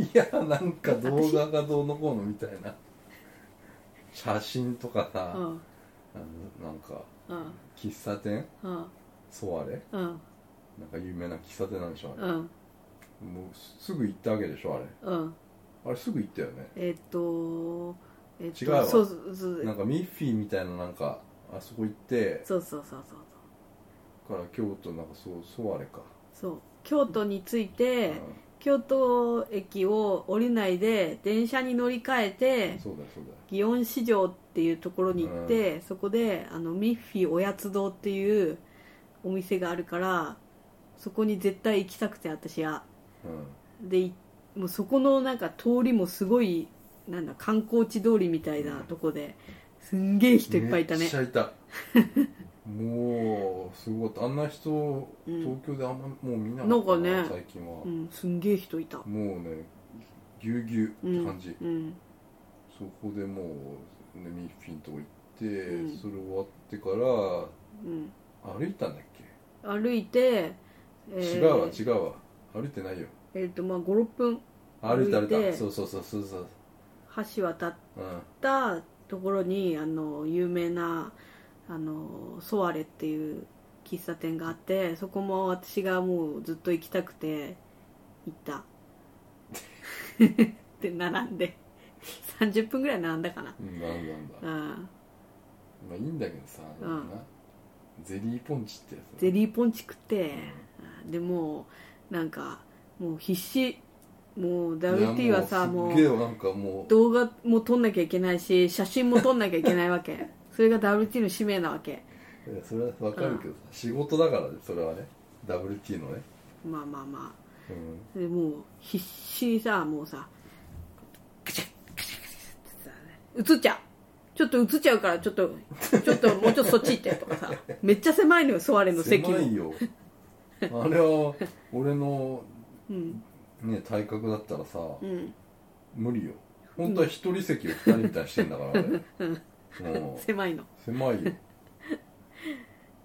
C: いやなんか動画がどうのこうのみたいな写真とかさ、
B: うんうん
C: あのなんか
B: うん
C: 喫茶店
B: うん
C: そうあれ
B: うん
C: なんか有名な喫茶店なんでしょあれ、
B: うん
C: もうすぐ行ったわけでしょあれ
B: うん
C: あれすぐ行ったよね
B: えっとえっと
C: 違うわ
B: そうそうそう
C: なんかミッフィーみたいななんかあそこ行って
B: そうそうそうそう
C: から京都なんかそうそうあれか、
B: そう京都に着いて、
C: う
B: 京都駅を降りないで電車に乗り換えて
C: ん、そうだよそうだよ
B: 祇園市場っていうところに行って、そこであのミッフィーおやつ堂っていうお店があるからそこに絶対行きたくて私は
C: う
B: でいもうそこのなんか通りもすごいなんだ観光地通りみたいなとこで、すんげえ人
C: ん、
B: いっぱいいた
C: め
B: ね
C: っちゃいたもうすごかったあんな人
B: ん
C: 東京であんまもう見なかった
B: なんかね
C: 最近は、
B: うんすんげえ人いた
C: もうねぎゅうぎゅうって感じ、
B: うん
C: そこでもう、ね、ミッフィーのとこ行って、
B: うん
C: それ終わってから
B: うん
C: 歩いたんだっけ、
B: 歩いて、えー
C: 違うわ違うわ歩いてないよ
B: えっ、とまあ56分
C: 歩い
B: 歩
C: た歩い
B: い
C: た
B: て
C: そうそうそうそうそう
B: 橋渡っ
C: うん
B: たところにあの有名なあのソワレっていう喫茶店があってそこも私がもうずっと行きたくて行った [LAUGHS] で並んで30分ぐらい並んだかな
C: うんなんだなんだ
B: うん
C: まあいいんだけどさ、
B: うん
C: なんかなゼリーポンチってやつ
B: ゼリーポンチ食ってでもうなんかもう必死もう WT はさもう
C: もうすっげえなんかもう
B: 動画も撮んなきゃいけないし写真も撮んなきゃいけないわけそれが WT の使命なわけ
C: いやそれはわかるけどさ、仕事だからねそれはね WT のね、
B: まあまあま
C: う
B: あ
C: ん、
B: でもう必死にさもうさカチャッカチャッカチャッってさ映っちゃうちょっと映っちゃうからちょっとちょっともうちょっとそっち行ってとかさめっちゃ狭いのよソワレの席
C: 狭
B: も
C: いよあれは俺の、
B: ん
C: ね、体格だったらさ、
B: うん
C: 無理よ本当は一人席を二人みたいにしてんだからあ
B: [LAUGHS]
C: れ、もう
B: 狭いの
C: 狭いよ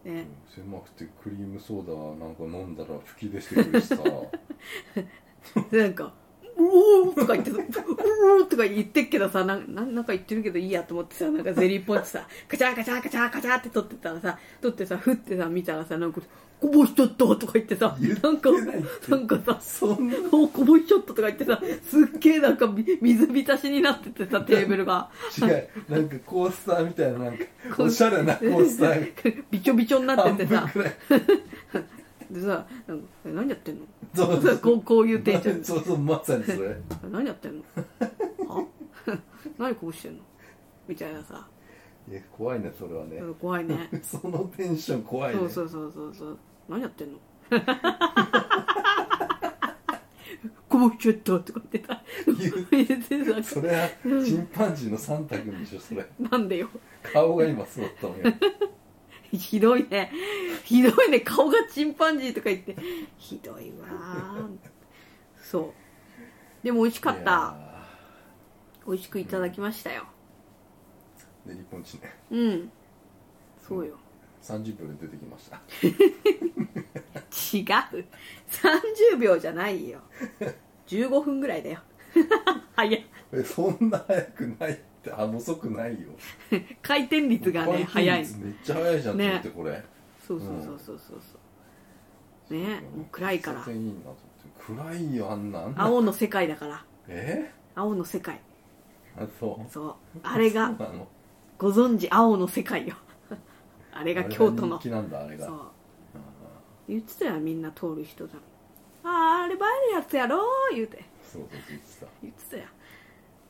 B: ね
C: 狭くてクリームソーダなんか飲んだら吹き出してくるしさ
B: でなんか「うおー!」とか言ってさ「うおー!」とか言ってっけどさなんなんなんか言ってるけどいいやと思ってさなんかゼリーポンチさカチャカチャカチャカチャって取ってたらさ取ってさふってさ見たらさなんか「こぼしちゃった」とか言ってさ
C: 言って
B: なんか
C: ないって
B: なんかさ
C: そんな
B: おこぼしちゃったとか言ってさすっげえなんかみ水浸しになっててさテーブルが
C: 違うなんかコースターみたいななんかおしゃれなコースター
B: [LAUGHS] びちょびちょにな
C: 半
B: って
C: 分
B: てさ
C: くらい
B: でさなんかえ何やってんの [LAUGHS]
C: そうそう
B: こうこういうテンションで
C: そうそうまさにそれ
B: 何やってんのは [LAUGHS] 何こぼしてんのみたいなさ
C: いや怖いねそれはね
B: うん怖いね
C: そのテンション怖いね
B: そうそうそうそうそう何やってんの [LAUGHS] こぼしちゃったとか言ってた
C: 言う
B: 言ってさ
C: それはチンパンジーのサンタ君でしょそれ
B: [LAUGHS] なんでよ
C: 顔が今そうだった
B: [LAUGHS]
C: のよ
B: ひどいねひどいね顔がチンパンジーとか言ってひどいわーそうでも美味しかっ
C: い
B: た
C: や
B: 美味しくいただきましたよ
C: ーで日本一ね
B: うんそうよ
C: 30分で出てきました
B: 違う30秒じゃないよ15分ぐらいだよ [LAUGHS] 早い
C: えそんな早くないってあ遅くないよ
B: 回転率がね
C: 回
B: 早い
C: 転率めっちゃ早いじゃんと
B: ね
C: 思ってこれ
B: そうそうそうそうそうそうねもう暗いから
C: 喫茶店いいなと思って暗いよあんなん
B: 青の世界だから
C: え
B: 青の世界
C: あそう
B: そうあれが
C: そうなの
B: ご存知青の世界よ [LAUGHS] あれが京都の
C: あれが人気なんだあれが
B: そう言ってたよみんな通る人だあーあれ映えるやつやろ言うて
C: そうそうそう言
B: 言っ
C: って
B: てたやん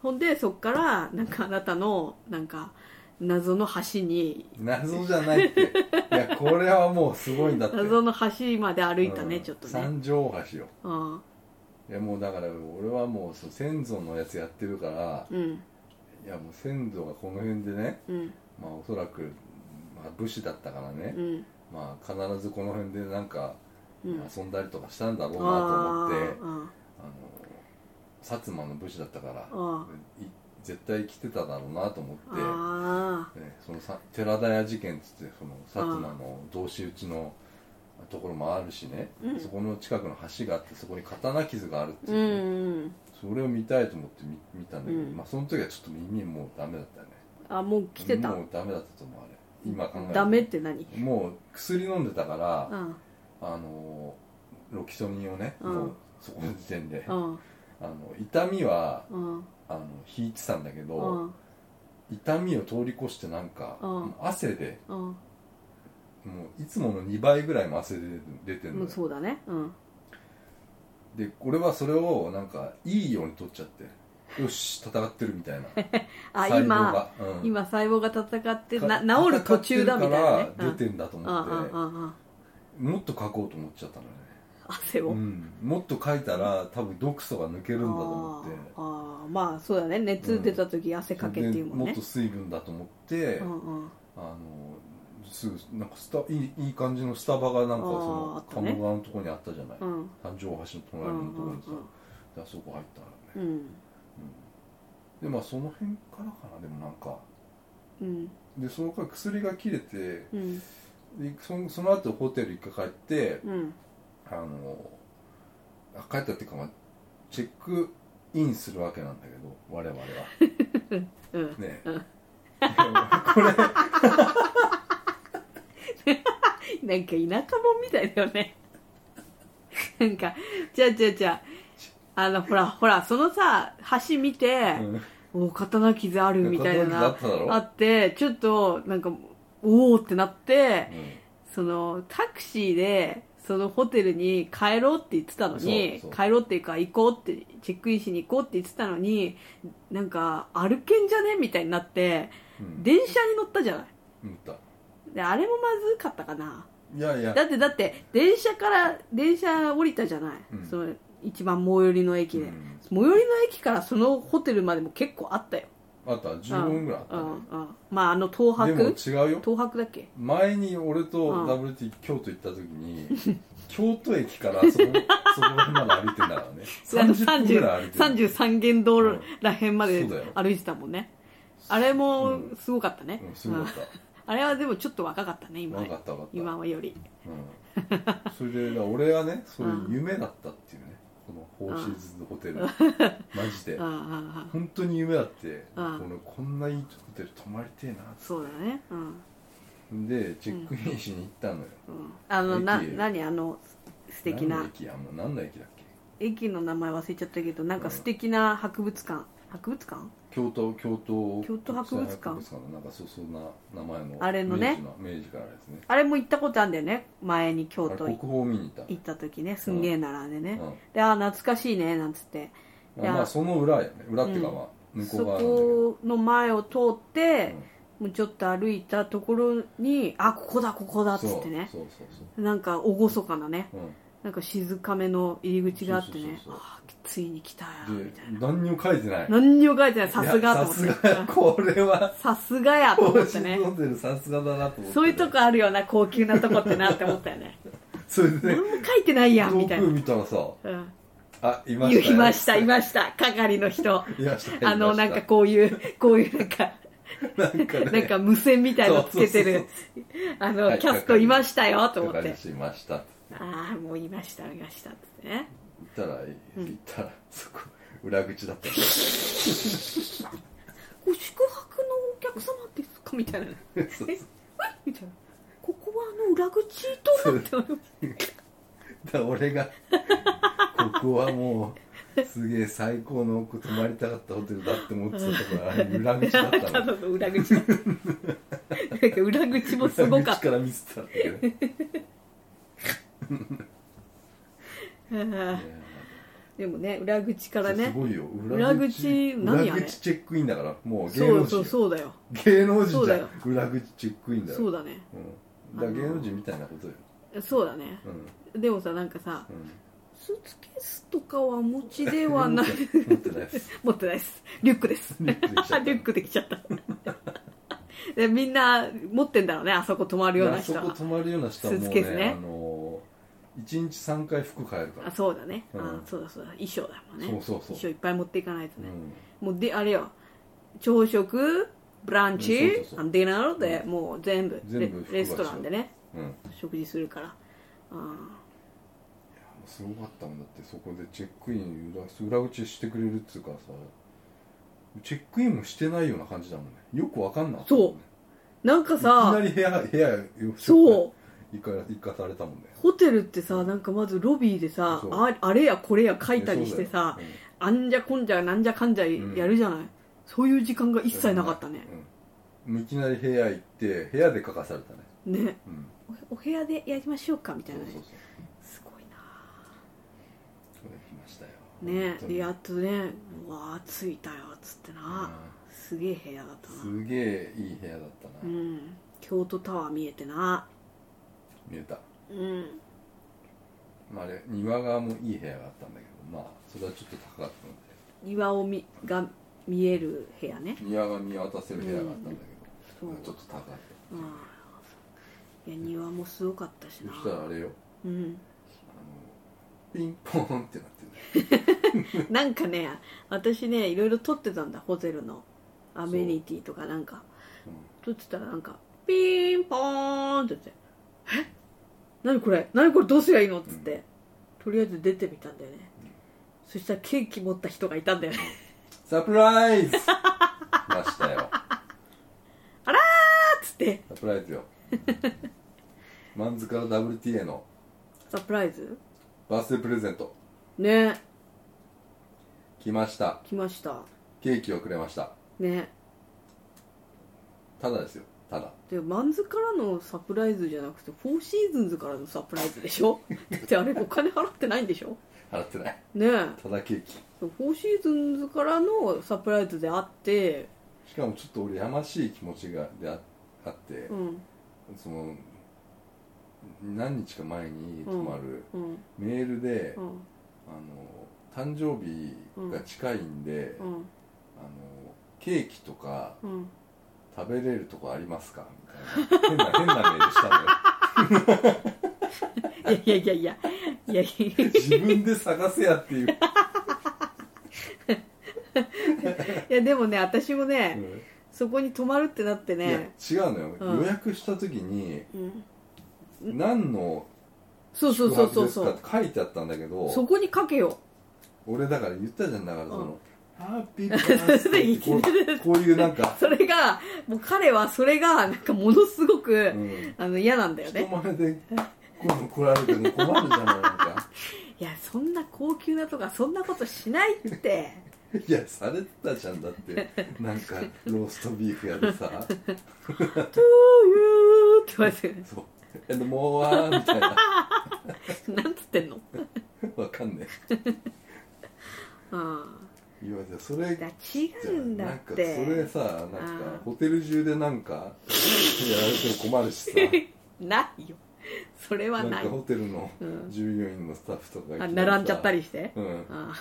B: ほんでそっからなんかあなたのなんか謎の橋に
C: た謎じゃないっていやこれはもうすごいんだって
B: 謎の橋まで歩いたね、
C: うん
B: ちょっとね
C: 三条大橋よ
B: うん
C: いやもうだから俺はもうそう先祖のやつやってるから
B: うん
C: いやもう先祖がこの辺でね
B: うん
C: まあおそらく、まあ、武士だったからね、
B: うん
C: まあ必ずこの辺でなんか
B: うん
C: 遊んだりとかしたんだろうなと思
B: あ
C: って、
B: ーうん
C: あの薩摩の武士だったから
B: あ
C: い絶対来てただろうなと思って
B: あ
C: ね、そのさ寺田屋事件っつってその薩摩の同士討ちのところもあるしね、
B: うん
C: そこの近くの橋があってそこに刀傷があるって
B: う
C: いうね、
B: ん
C: それを見たいと思って見見たんだけど、
B: うん
C: まあその時はちょっと耳もうダメだったね
B: あもう来てた
C: もうダメだったと思うあれ今考えると
B: ダメって何
C: もう薬飲んでたから、
B: うん
C: あのーロキソニンをね、
B: うん
C: もうそこの時点で、
B: う
C: あ
B: ん
C: の痛みは
B: うん
C: あの引いてたんだけど、
B: うん
C: 痛みを通り越してなんか、
B: うん
C: 汗で
B: うん
C: もういつもの2倍ぐらいも汗で出てる
B: も
C: の
B: う
C: よ
B: そうだねうん
C: で俺はそれをなんかいいように取っちゃってよし戦ってるみたいな
B: [LAUGHS] あ
C: 細胞
B: 今
C: がうん
B: 今細胞が戦って
C: か
B: な治る途中だみたいなね
C: 戦ってるから出てんだと
B: うん
C: 思
B: う
C: っ
B: ん
C: て、
B: うんうん
C: もっと書こうと思っちゃったのね、
B: 汗を
C: うん、もっと書いたら多分毒素が抜けるんだと思って
B: あーあーまあそうだね熱出た時汗かけっていうもん
C: で
B: ね
C: っと水分だと思って、
B: うんうん
C: あのすぐなんかスタいいいい感じのスタバがなんかそ
B: あーあ
C: の
B: ったね
C: 鴨川のところにあったじゃない、
B: うん
C: 三条大橋の隣のところにさ、であそこ入ったら
B: う
C: ね、
B: ん
C: でまあその辺からかなでもなんか
B: うん
C: でその間薬が切れて
B: うん
C: でそのその後ホテル一回帰って
B: うん
C: あのあ帰ったっていうか、まあ、チェックインするわけなんだけど我々は
B: うん
C: ね
B: うん
C: えこれ
B: なんか田舎者みたいだよね。 [LAUGHS] なんか、じゃあじゃあじゃあ、あの、ほらほら、そのさ、橋見て、お刀傷あるみたいなの
C: 刀傷あっただろ
B: あって、ちょっと、なんか、おおってなって、その、タクシーで、そのホテルに帰ろうって言ってたのに、
C: そうそう
B: 帰ろうっていうか行こうって、チェックインしに行こうって言ってたのに、なんか、歩けんじゃねみたいになって、
C: うん
B: 電車に乗ったじゃない。
C: うん打っ
B: で、あれもまずかったかな。
C: たいやいや
B: だってだって電車から電車降りたじゃない、
C: うん
B: その一番最寄りの駅で、
C: うん
B: 最寄りの駅からそのホテルまでも結構あったよ
C: あった15分ぐらいあった
B: うん
C: ね
B: うんまああの東
C: でも
B: 博
C: 違うよ
B: 東博だっけ
C: 前に俺と
B: うん
C: WT 京都行った時に京都駅からそこ [LAUGHS] そこら辺まで歩いてんだから
B: [LAUGHS]
C: ね30分ぐらい歩いてる
B: 33元道らへんまで
C: そうだよ
B: 歩いてたもんね、あれもすごかったね、
C: うんすごかっ
B: うんあれはでもちょっと若かったね
C: た
B: 今
C: 分かった分かった
B: 今はより
C: うん、それでだから俺はねそういう夢だったっていうねこのフォーシーズンズホテルマジで
B: ああああああ
C: 本当に夢だって
B: う
C: こ
B: ん
C: のこんないいホテル泊まりてえなっ
B: そうだねうん、
C: てでチェックインしに行ったのよ
B: うん、あのな
C: 駅
B: 何あの素敵
C: 何
B: な
C: の駅やもう何の駅だっけ
B: 駅の名前忘れちゃったけどなんか素敵な博物館博物館
C: 京都京都
B: 京都博物館
C: 国際博物館のなんかそうそんな名前の
B: あれのね
C: 明治明治からですね
B: あれも行ったことあるんだよね前に
C: あ
B: 京
C: れ
B: 都
C: 国
B: 行
C: 宝見に行った、
B: った時ねすんげえ並んで
C: う
B: ね
C: ん、
B: でああ懐かしいねなんつっていや
C: まあその裏やね裏っていうか
B: うん
C: まあ向こ
B: そう
C: 側なんだけど
B: この前を通って
C: うん、
B: もうちょっと歩いたところにあここだここだっつってね
C: そうそうそう
B: なんか厳かなね
C: そう、うん
B: なんか静かめの入り口があってね
C: そうそうそうそう
B: ああついに来たよみ
C: で
B: たいな
C: 何にも書いてない
B: 何にも書いてないさす
C: い
B: が
C: や
B: と
C: さ
B: 思
C: す
B: って
C: がこれは
B: さすがやと
C: コ
B: 思
C: ー
B: っ
C: ヒ
B: てね
C: ー飲んでるさすがだなと思って
B: そういうとこあるよな高級なとこってなって思ったよ
C: [LAUGHS]
B: ね
C: それで
B: 何
C: ね
B: も書いてないやん
C: 遠
B: みたい
C: く
B: な、
C: 見たらさ
B: うん、
C: あいましたよ
B: いましたいました係の人
C: いました
B: あの
C: いま
B: な
C: し
B: ん
C: た
B: かこういうこういうなん
C: [LAUGHS]
B: か
C: なんかね
B: なんか無線みたいのつけてるあ
C: は
B: の
C: い
B: キャストいましたよと思っ
C: 係
B: て
C: りしましたって
B: ああもういましたいましたっつってね
C: 言ったら言ったらそこ裏口だった
B: ご宿泊のお客様ですかみたいな
C: そうそう
B: えみたいなここはあの裏口となっております
C: だから俺がここはもうすげえ最高の泊まりたかったホテルだって思ってたところあれ裏口だった
B: [LAUGHS] ただ
C: の
B: の裏
C: [LAUGHS]
B: 口だったなんか裏口もすごか
C: 裏
B: っ
C: 口
B: た
C: から見せたんだけどね
B: うんでもね裏口から
C: す
B: ね
C: ごいよ
B: 裏口何あれ
C: 裏口チェックインだからもう芸
B: そ
C: 能
B: う
C: 人
B: そうそうだよ
C: 芸能
B: そ
C: 人
B: う
C: じ
B: だ
C: ゃ
B: よ
C: ん裏口チェックインだよ
B: そうだね
C: うん、だから芸能人みたいなことよ、
B: そうだね
C: う
B: [LAUGHS]
C: ん
B: でもさなんかさ
C: うん、
B: スーツケースとかはお持ちではない
C: 持ってないです
B: 持ってないですリュックです
C: リュックできちゃった
B: [LAUGHS] リュックできちゃったでみんな持ってんだろうねあそこ泊まるような
C: あ
B: 人
C: そこ
B: は
C: 泊まるような人はもう
B: スーツケ
C: ね
B: ースね
C: あの1日3回服買えるか
B: あ
C: ら
B: そうだね、
C: うん
B: あそうだそうだ衣装だもんね
C: そうそうそう
B: 衣装いっぱい持っていかないとね、
C: う
B: もうであれよ朝食ブランチ、
C: うんそうそうそう
B: あのディナーで、もう全部
C: 全部
B: レレストランでね
C: ん、うん
B: 食事するからうん
C: すごかったもんだってそこでチェックイン裏裏打ちしてくれるっつうかさチェックインもしてないような感じだもんねよくわかんなかったもんね
B: なんかさ
C: いきなり部屋部屋よ
B: そう
C: う一回一回されたもんね
B: ホテルってさなんかまずロビーでさ
C: そう
B: ああれやこれや書いたりしてさ、
C: え
B: あんじゃこんじゃなんじゃかんじゃやるじゃない、そういう時間が一
C: そ
B: 切
C: うだよ
B: なかったね、
C: うんいきなり部屋行って部屋で書かされたね
B: ね
C: うん
B: おお部屋でやりましょうかみた
C: そ
B: いうな
C: そう
B: ね
C: そう
B: すごいな
C: それ来ましたよ
B: ね
C: 本当に
B: でやっとねうわあ着いたよっつってな、すげえ部屋だった
C: うん
B: な
C: すげえいい部屋だったな、
B: うん京都タワー見えてな
C: 見えた、
B: うん
C: まあ、あれ庭側もいい部屋があったんだけどまあそれはちょっと高かったので
B: 庭をみが見える部屋ね
C: 庭が見渡せる部屋があったんだけど、
B: うん
C: ちょっと高かった
B: うんいや庭もすごかったしな
C: そしたらあれよ
B: うん
C: あのピンポーンってなってる
B: なんかね私ねいろいろ撮ってたんだホテルのアメニティとかなんか撮ってたらなんかピーンポーンって言って「え何これ何これどうすりゃいいの?」っつって、とりあえず出てみたんだよね、そしたらケーキ持った人がいたん [LAUGHS] だよね
C: サプライズましたよ
B: っつって
C: サプライズよ [LAUGHS] マンズから WTA の
B: サプライズ
C: バースデープレゼント
B: ね
C: 来ました
B: 来ました
C: ケーキをくれました
B: ね
C: ただですよただ
B: でマンズからのサプライズじゃなくてフォーシーズンズからのサプライズでしょ [LAUGHS] だってあれお金払ってないんでしょ
C: 払ってない [LAUGHS]
B: ねえ
C: ただケーキ
B: フォーシーズンズからのサプライズであって、
C: しかもちょっと俺やましい気持ちがでああって
B: う、ん
C: その何日か前に泊まる
B: うん
C: メールで、
B: うん
C: あの誕生日が近いんで、
B: うん
C: あのケーキとか
B: うん
C: 食べれるとこありますかみたいな変な変なメールしたんだよ
B: [LAUGHS] いやいやいやいやいやい [LAUGHS] や
C: 自分で探せやっ
B: [LAUGHS]
C: ていう、
B: いやでもね私もね、
C: うん
B: そこに泊まるってなって
C: いや
B: ね
C: 違うのよ、
B: うん
C: 予約した時に
B: うん
C: 何の
B: そうそう
C: 宿
B: そうそう
C: 泊です
B: そ
C: かっ
B: う
C: て書いてあったんだけど
B: そこにかけよ
C: 俺だから言ったじゃんだからその、
B: うん
C: ハッ
B: [LAUGHS]
C: ピーバースデーってこうこういうなんか、
B: それがもう彼はそれがなんかものすごく、
C: うん、
B: あの嫌なんだよ
C: 人
B: ね
C: 前でこう来られても困るじゃないなんか
B: いやそんな高級なとかそんなことしないって
C: [LAUGHS] いやされてたじゃん
B: [LAUGHS]
C: だってなんかローストビーフやで
B: 「
C: さ
B: トゥーユー」って言われてる
C: そう「えもうわ」みたいな
B: なんつってんの
C: わかんね
B: あ
C: え言われてそれ
B: あ違うんだ
C: な
B: っ
C: んかそ
B: て
C: れさな
B: あー
C: んかホテル中でな
B: [LAUGHS]
C: んかやられても困るしさ
B: ないよそれは
C: なん
B: な
C: か
B: い
C: ホテルの
B: うん
C: 従業員のスタッフとか
B: あ
C: 来らさ
B: 並んじゃったりして、
C: うん
B: ああ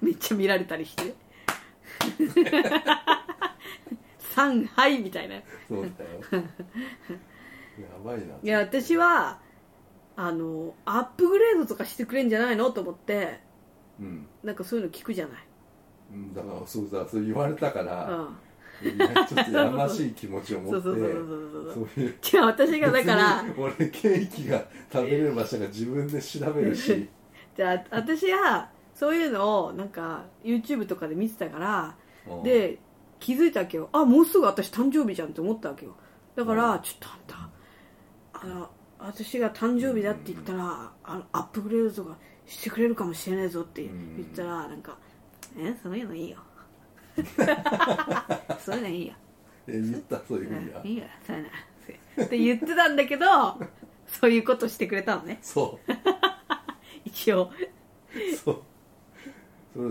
B: めっちゃ見られたりしてさんはいみたいない
C: そうだよやばいない
B: や私はあのアップグレードとかしてくれんじゃないのと思って
C: うん
B: なんかそういうの聞くじゃない、
C: うんだからそうだそう言われたか
B: う
C: ら、
B: ん、
C: いやちょっとやましい気持ちを持
B: そ
C: っ
B: う
C: て
B: そうそうそうそうそう
C: そういう
B: 違う私がだから
C: 別に俺ケーキが食べれる場所が自分で調べるし
B: じゃあ私はそういうのをなんか YouTube とかで見てたから
C: うん
B: で気づいたわけよあもうすぐ私誕生日じゃんって思ったわけよだから、
C: うん
B: ちょっとあんたあの私が誕生日だって言ったら、あのアップグレードとかしてくれるかもしれないぞって
C: ん
B: 言ったら、なんか「えそういうのいいよ」 [LAUGHS] そういうのいいよ
C: え言ったそういうふうには
B: うんいいよそういうのって言ってたんだけどそういうことしてくれたのね
C: そう
B: 一応
C: そう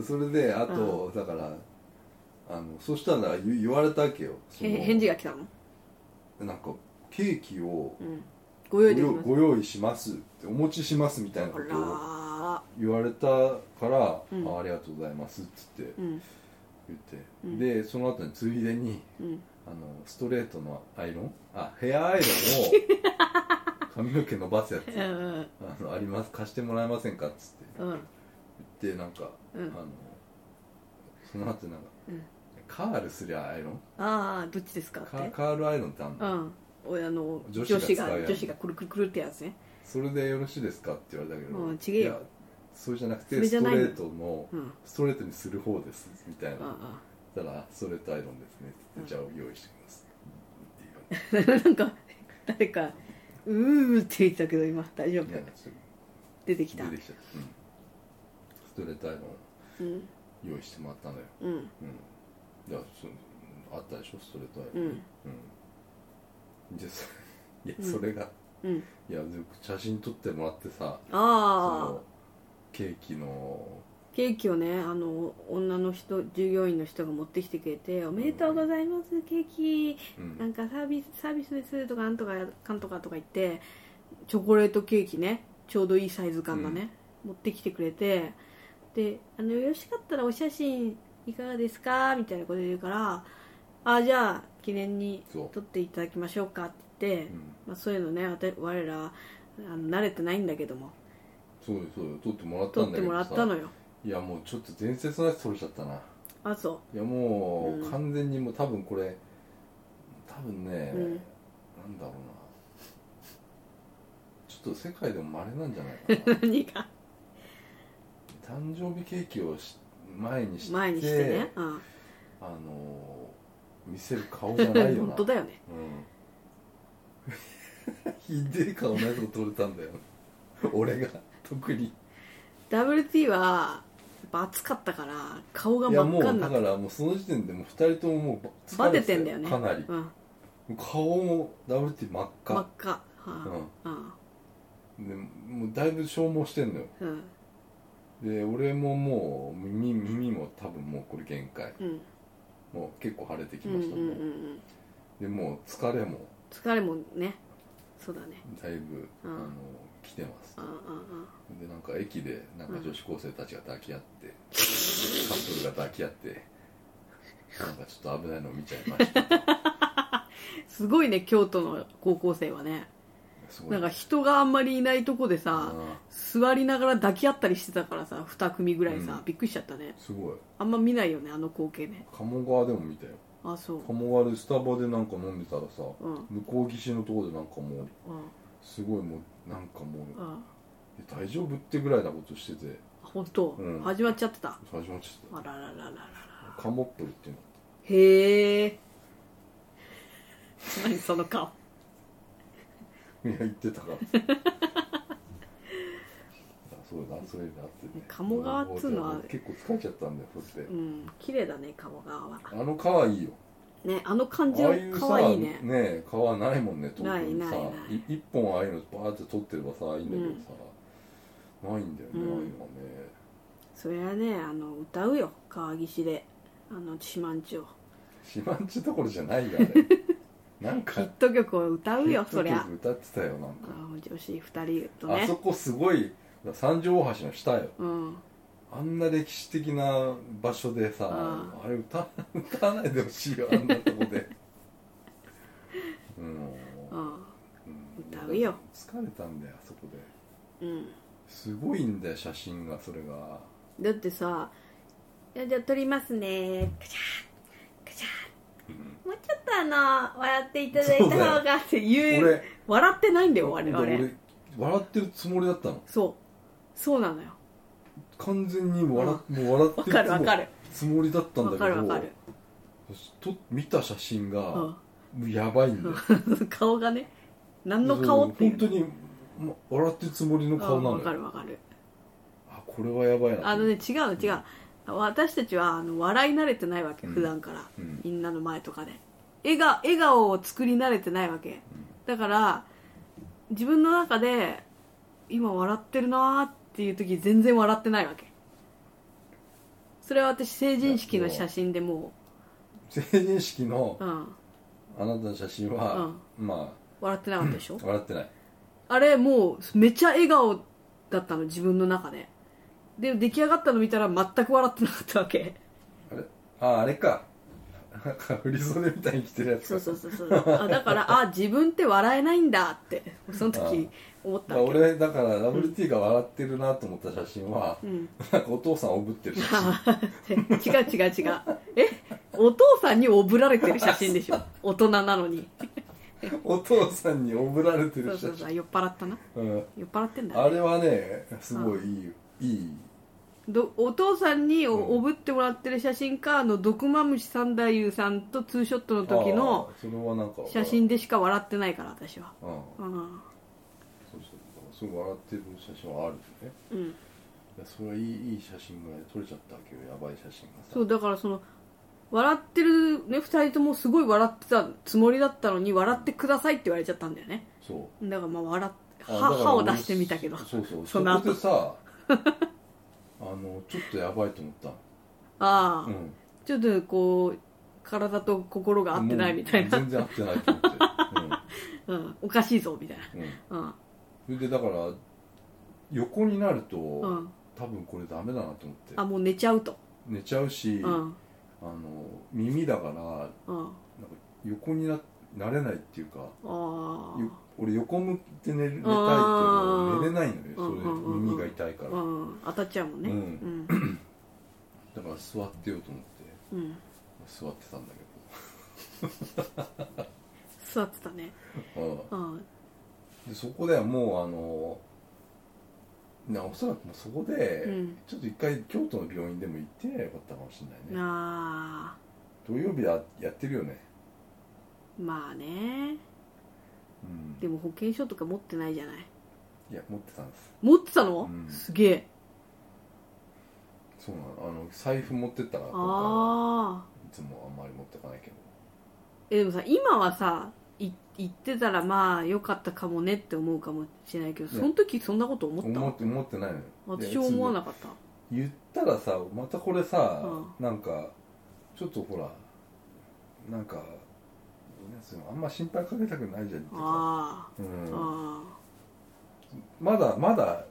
C: それそれであと、だからあのそしたら言言われたわけよその
B: へ返事が来たの、
C: なんかケーキを
B: うん、ご
C: ご
B: 用意でき
C: 用
B: まし
C: ご用意しますってお持ちしますみたいな
B: た
C: こ
B: あら
C: とを
B: ー
C: 言われたから、
B: うん
C: あありがとうございますっつって
B: うん
C: 言って、
B: うん
C: でその後についでに
B: うん
C: あのストレートのアイロンあヘアア
B: [LAUGHS]
C: イロンを髪の毛伸ばすやつ
B: うん
C: あのあります貸してもらえませんかっつって
B: うん
C: 言ってなんか、
B: うん
C: あのその後なんか
B: うん
C: カールすりゃアイロン
B: ああどっちですかっ
C: カ
B: て
C: カールアイロンってあん
B: う
C: の、
B: んおあの
C: 女
B: 女
C: 子
B: 子
C: が使うや
B: が
C: つ
B: 女子がくるくるくるってやつね
C: それでよろしいですか?」って言われたけど「
B: うん違えよ
C: やそれじゃなく
B: そ
C: て
B: れ
C: ス
B: じゃ
C: ト
B: ない
C: レ
B: の
C: ートの
B: うん
C: ストレートにする方です」みたい
B: あ
C: な
B: あ
C: 「たらストレートアイロンですね」って言って「じゃあ用意してきます」って言われて
B: [LAUGHS] なんか誰か「うー」って言ったけど今大丈夫
C: いやちょっ
B: 出てきた
C: と
B: [LAUGHS]
C: 出てきちゃった、うん、ストレートアイロ
B: うん
C: ン用意してもらったのよ、
B: うん
C: うん、いやそうあったでしょストレートアイ
B: う
C: ロン、
B: ん
C: うんじゃあそ [LAUGHS] いやそれが、
B: うん
C: いやでも写真撮ってもらってさそ
B: ああ
C: のケーキの
B: ケーキをねあの女の人従業員の人が持ってきてくれて「おめでとうございますケーキ
C: うん
B: なんかサービスサービスです」とか「なんとかかんとか」とか言ってチョコレートケーキねちょうどいいサイズ感だね、持ってきてくれてであの「よろしかったらお写真いかがですか?」みたいなこと言うから「あじゃあ記念に
C: そう
B: 撮っていただきましょうか」って言って、
C: うん
B: まあ、そういうのねわた我らあの慣れてないんだけども
C: そうよそうよ撮ってもらった
B: 撮
C: ん
B: っ
C: だ
B: て
C: けど
B: もら
C: さ
B: ったのよ
C: いやもうちょっと伝説のやつ撮れちゃったな
B: あそ
C: いやも
B: う
C: うん完全にもう多分これ多分ね、
B: うん
C: なんだろうなちょっと世界でも稀なんじゃないか
B: う [LAUGHS]
C: な
B: 何が
C: 誕生日ケーキをし前にして
B: 前にしてね、うん、
C: あのー見せる顔じゃない
B: [LAUGHS]
C: よ
B: 本
C: な
B: 当だよね
C: うん [LAUGHS] ひでえ顔のやつを撮れたんだよ俺が特に
B: WT はやっぱ暑かったから顔が
C: いや
B: 真
C: も
B: っ赤
C: う
B: にな
C: だ
B: っ
C: か
B: て
C: らもうその時点でもう2人とももう
B: バ
C: 疲
B: テ
C: れ
B: てんだ
C: た
B: よね
C: かなり
B: うん、
C: 顔も WT 真
B: 真
C: っ
B: っ
C: 赤、
B: 赤はあうん
C: うん、でもうだいぶ消耗してんのよ
B: うん
C: で俺ももう耳耳も多分もうこれ限界
B: うん
C: もう結構腫れてき
B: うんう
C: ま
B: ん
C: した
B: うん
C: もん、
B: うん
C: でもう疲れも
B: 疲れもねそうだね
C: だいぶ、
B: うん
C: あの来てます
B: うんうん
C: でなんか駅でなんか女子高生たちが抱き合って、カップルが抱き合ってなんかちょっと危ないの見ちゃいました
B: [LAUGHS] うんすごいね京都の高校生はね
C: すごい
B: なんか人があんまりいないとこでさ
C: うん
B: 座りながら抱き合ったりしてたからさ2組ぐらいさ、
C: うん
B: びっくりしちゃったね
C: すごい
B: あんま見ないよねあの光景ね
C: 鴨川でも見たよ
B: あそう
C: 鴨川でスタバでなんか飲んでたらさ、
B: うんうん
C: 向こう岸のところでなんかもうすごいもうなんかもう
B: うん
C: え大丈夫ってぐらいなことしてて
B: 本当、
C: うん
B: 始まっちゃってた
C: 始まっち
B: あらららららら
C: ゃったカモップルっていうの
B: へえ何その顔
C: いや言ってたから [LAUGHS] あそうだそういうのあってね
B: 鴨川っつうのは
C: も結構疲れちゃったんだよそうやっ
B: う
C: て
B: ん綺麗だね鴨川は
C: あの川いいよ
B: ねあの感じ
C: あ
B: は
C: あいうさ
B: 可愛いね
C: え川ないもんね東京にさ
B: ないないない
C: い一本ああいうのバーって取ってればさいいんだけどさ、ないんだよね、
B: うん
C: ああいうのはね
B: それはねあの歌うよ川岸であの島んちを
C: 島んちどころじゃないよ
B: [LAUGHS]
C: あれなん
B: ヒ
C: か
B: ット曲を歌うよ
C: ヒット曲
B: そりゃ
C: 歌ってたよな
B: あ
C: んか
B: 女子2人と
C: あ
B: ね
C: そこすごい三条大橋の下よ
B: うん
C: あんな歴史的な場所でさ
B: あ
C: あれ歌 [LAUGHS] 歌わないでほしいよあんなとこでうん、
B: うん
C: うん
B: 歌うよ
C: 疲れたんだよあそこで
B: うん
C: すごいんだよ写真がそれが
B: だってさ「いやじゃあ撮りますね」カチャカチャもうちょっとあの笑っていただいた方がって言う
C: 俺
B: 笑ってないんだよ我々
C: 俺笑ってるつもりだったの
B: そうそうなのよ
C: 完全に笑,、もう笑
B: わ
C: っ
B: か
C: てるつ
B: る
C: も
B: わかる
C: つもりだったん
B: わ
C: だけ
B: かるわ
C: ど
B: かる
C: と見た写真が、
B: うん
C: もうやばいんだよ
B: [LAUGHS] 顔がね何の顔っていう
C: 本当にもう笑ってるつもりの顔な
B: うんわ
C: の
B: か
C: よ
B: るわかる
C: あこれはやばいなと
B: あのね違うの違う、私たちはあの笑い慣れてないわけ
C: うん
B: 普段から、
C: うん
B: みんなの前とかで笑顔笑顔を作り慣れてないわけだから自分の中で今笑ってるなーっていう時全然笑ってないわけそれは私成人式の写真でも
C: 成人式の
B: う、うん、
C: あなたの写真は、ま
B: 笑ってなかったでしょ、
C: あ笑ってない
B: あれもうめちゃ笑顔だったの自分の中でで出来上がったの見たら全く笑ってなかったわけ
C: あれああれかなんか振り袖みたいに着てるやつか
B: そうそうそうそうあだからあ自分って笑えないんだってその時思った
C: まあ
B: わけ
C: 俺だから WT が笑ってるなと思った写真は、
B: うん
C: なんかお父さんおぶってる写
B: [LAUGHS]
C: 真
B: あ違う違う違うえお父さんにおぶられてる写真でしょ大人なのに
C: お父さんにおぶられ
B: そ
C: てる
B: うそ
C: 写
B: う
C: 真
B: そう酔っ払ったな
C: うん
B: 酔っ払ってんだ
C: あれはねすごいいいよいい
B: どお父さんにお,、
C: うん
B: ぶってもらってる写真かあの毒マムシ三太夫さんとツーショットの時の
C: あーそれはなんか
B: 写真でしか笑ってないから私は
C: うん
B: うん
C: そうそうそう笑ってる写真はあるよね
B: うん
C: いやそれはいいいい写真が撮れちゃったわけよやばい写真がさ
B: そうだからその笑ってるね2人ともすごい笑ってたつもりだったのに笑ってくださいって言われちゃったんだよね
C: そう
B: だからまあ笑っ
C: あ
B: 歯
C: だから
B: 歯を出してみたけど
C: そうそ
B: そ
C: うそ
B: の
C: こ
B: 後
C: でさ [LAUGHS] あのちょっとやばいと思った
B: ああ、
C: うん
B: ちょっとこう体と心が合ってないみたい
C: も
B: な
C: う全然合ってないと思って
B: うん、おかしいぞみたい
C: うんうん
B: な
C: それでだから横になると、
B: うん、うん、
C: 多分これダメだなと思って
B: あもう寝ちゃうと
C: 寝ちゃうし、
B: う
C: あの
B: ん
C: 耳だからなんか
B: うんあ
C: 横にななれないっていうか
B: あ
C: よ俺横向いて寝る寝たいっていう
B: あー
C: の寝れないのよそれ
B: うんうんうんうん
C: 耳が痛いから
B: うん当たっちゃうもんね
C: う
B: うん
C: だから座ってようと思って
B: うん
C: 座ってたんだけ
B: 座ってたね
C: ど、うん
B: うん
C: でそこではもうあのなおそらくもうそこで、
B: うん
C: ちょっと一回京都の病院でも行ってりゃよかったかもしれないね
B: あ
C: 土曜日はやってるよね、
B: ーまあね
C: うん、
B: でも保険証とか持ってないじゃない
C: いや持ってたんです
B: 持ってたの、
C: うん
B: すげえ
C: そうなのあの財布持ってったから今回は
B: ああ
C: いつもあんまり持ってかないけど
B: えでもさ今はさい行ってたらまあ良かったかもねって思うかもしれないけど
C: ね
B: その時そんなこと思った、
C: 思って持ってないのよ
B: 私は思わな
C: く
B: かった
C: 言ったらさまたこれさ、
B: う
C: なんかちょっとほらなんかなんつうのあんま心配かけたくないじゃんっていうか
B: あ
C: うん
B: あ、あ
C: まだまだ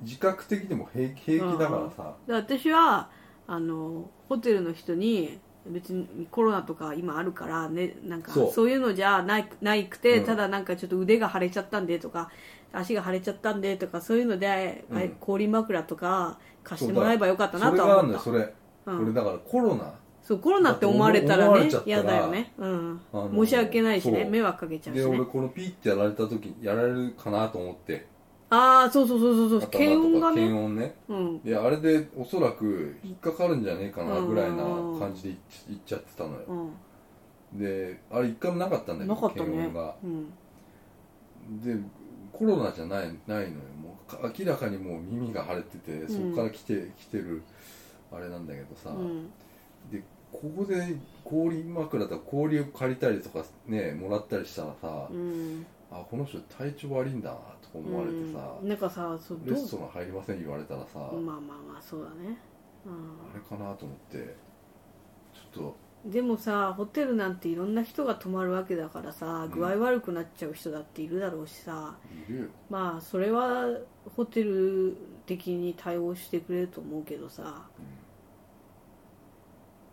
C: 自覚的にも平気平気だからさ、
B: あで私はあのホテルの人に別にコロナとか今あるからねなんか
C: そう
B: そういうのじゃないないくて、
C: うん
B: ただなんかちょっと腕が腫れちゃったんでとか足が腫れちゃったんでとかそういうので、
C: うん
B: あれ氷枕とか貸してもらえばよかったな
C: それ
B: と
C: が
B: は
C: ある
B: 思っ
C: のよ
B: た
C: それ、
B: うん
C: これだからコロナ
B: そうコロナって思われたら
C: 思わ
B: ね
C: れちゃったら
B: 嫌だよね、うん
C: あの
B: 申し訳ないしね
C: そう
B: 迷惑かけちゃうし
C: で俺
B: ね
C: このピーってやられた時やられるかなと思って
B: ああそうそうそうそうそう
C: 頭とか
B: 検温がね
C: 検温ね
B: うん
C: いやあれでおそらく引っかかるんじゃねえかなぐらいな感じでいっちいっちゃってたのよ、
B: う
C: であれ一回もなかったんだ
B: ん
C: よ
B: なかった
C: 検
B: ね
C: 温が
B: うん
C: でコロナじゃないないのよもうか明らかにもう耳が腫れててそこから来て、来てるあれなんだけどさ、
B: うん
C: でここで氷枕とか氷を借りたりとかねもらったりしたらさ、
B: うん
C: あこの人体調悪いんだなとか思われてさ、
B: うん、なんかさそうど
C: レスト
B: う
C: ラン入りません言われたらさ、あ
B: まあまあまあそうだね、
C: れかなと思ってちょっ
B: うん、でもさホテルなんていろんな人が泊まるわけだからさ
C: ん
B: 具合悪くなっちゃう人だっているだろうしさ、
C: といるよ
B: まあそれはホテル的に対応してくれると思うけどさ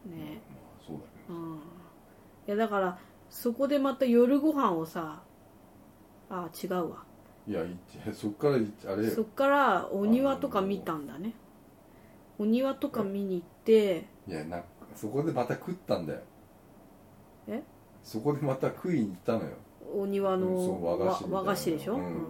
B: ね
C: まあそうだけ
B: う
C: ど、
B: んいやだからそこでまた夜ご飯をさあ違うわ
C: いやいってそっからいあれよ
B: そっからお庭とか見たんだねお庭とか見に行って
C: いやなんかそこでまた食ったんだよ
B: え
C: そこでまた食いに行ったのよ
B: お庭の
C: うんそう和菓子みたいな
B: わ和菓子でしょ、
C: うん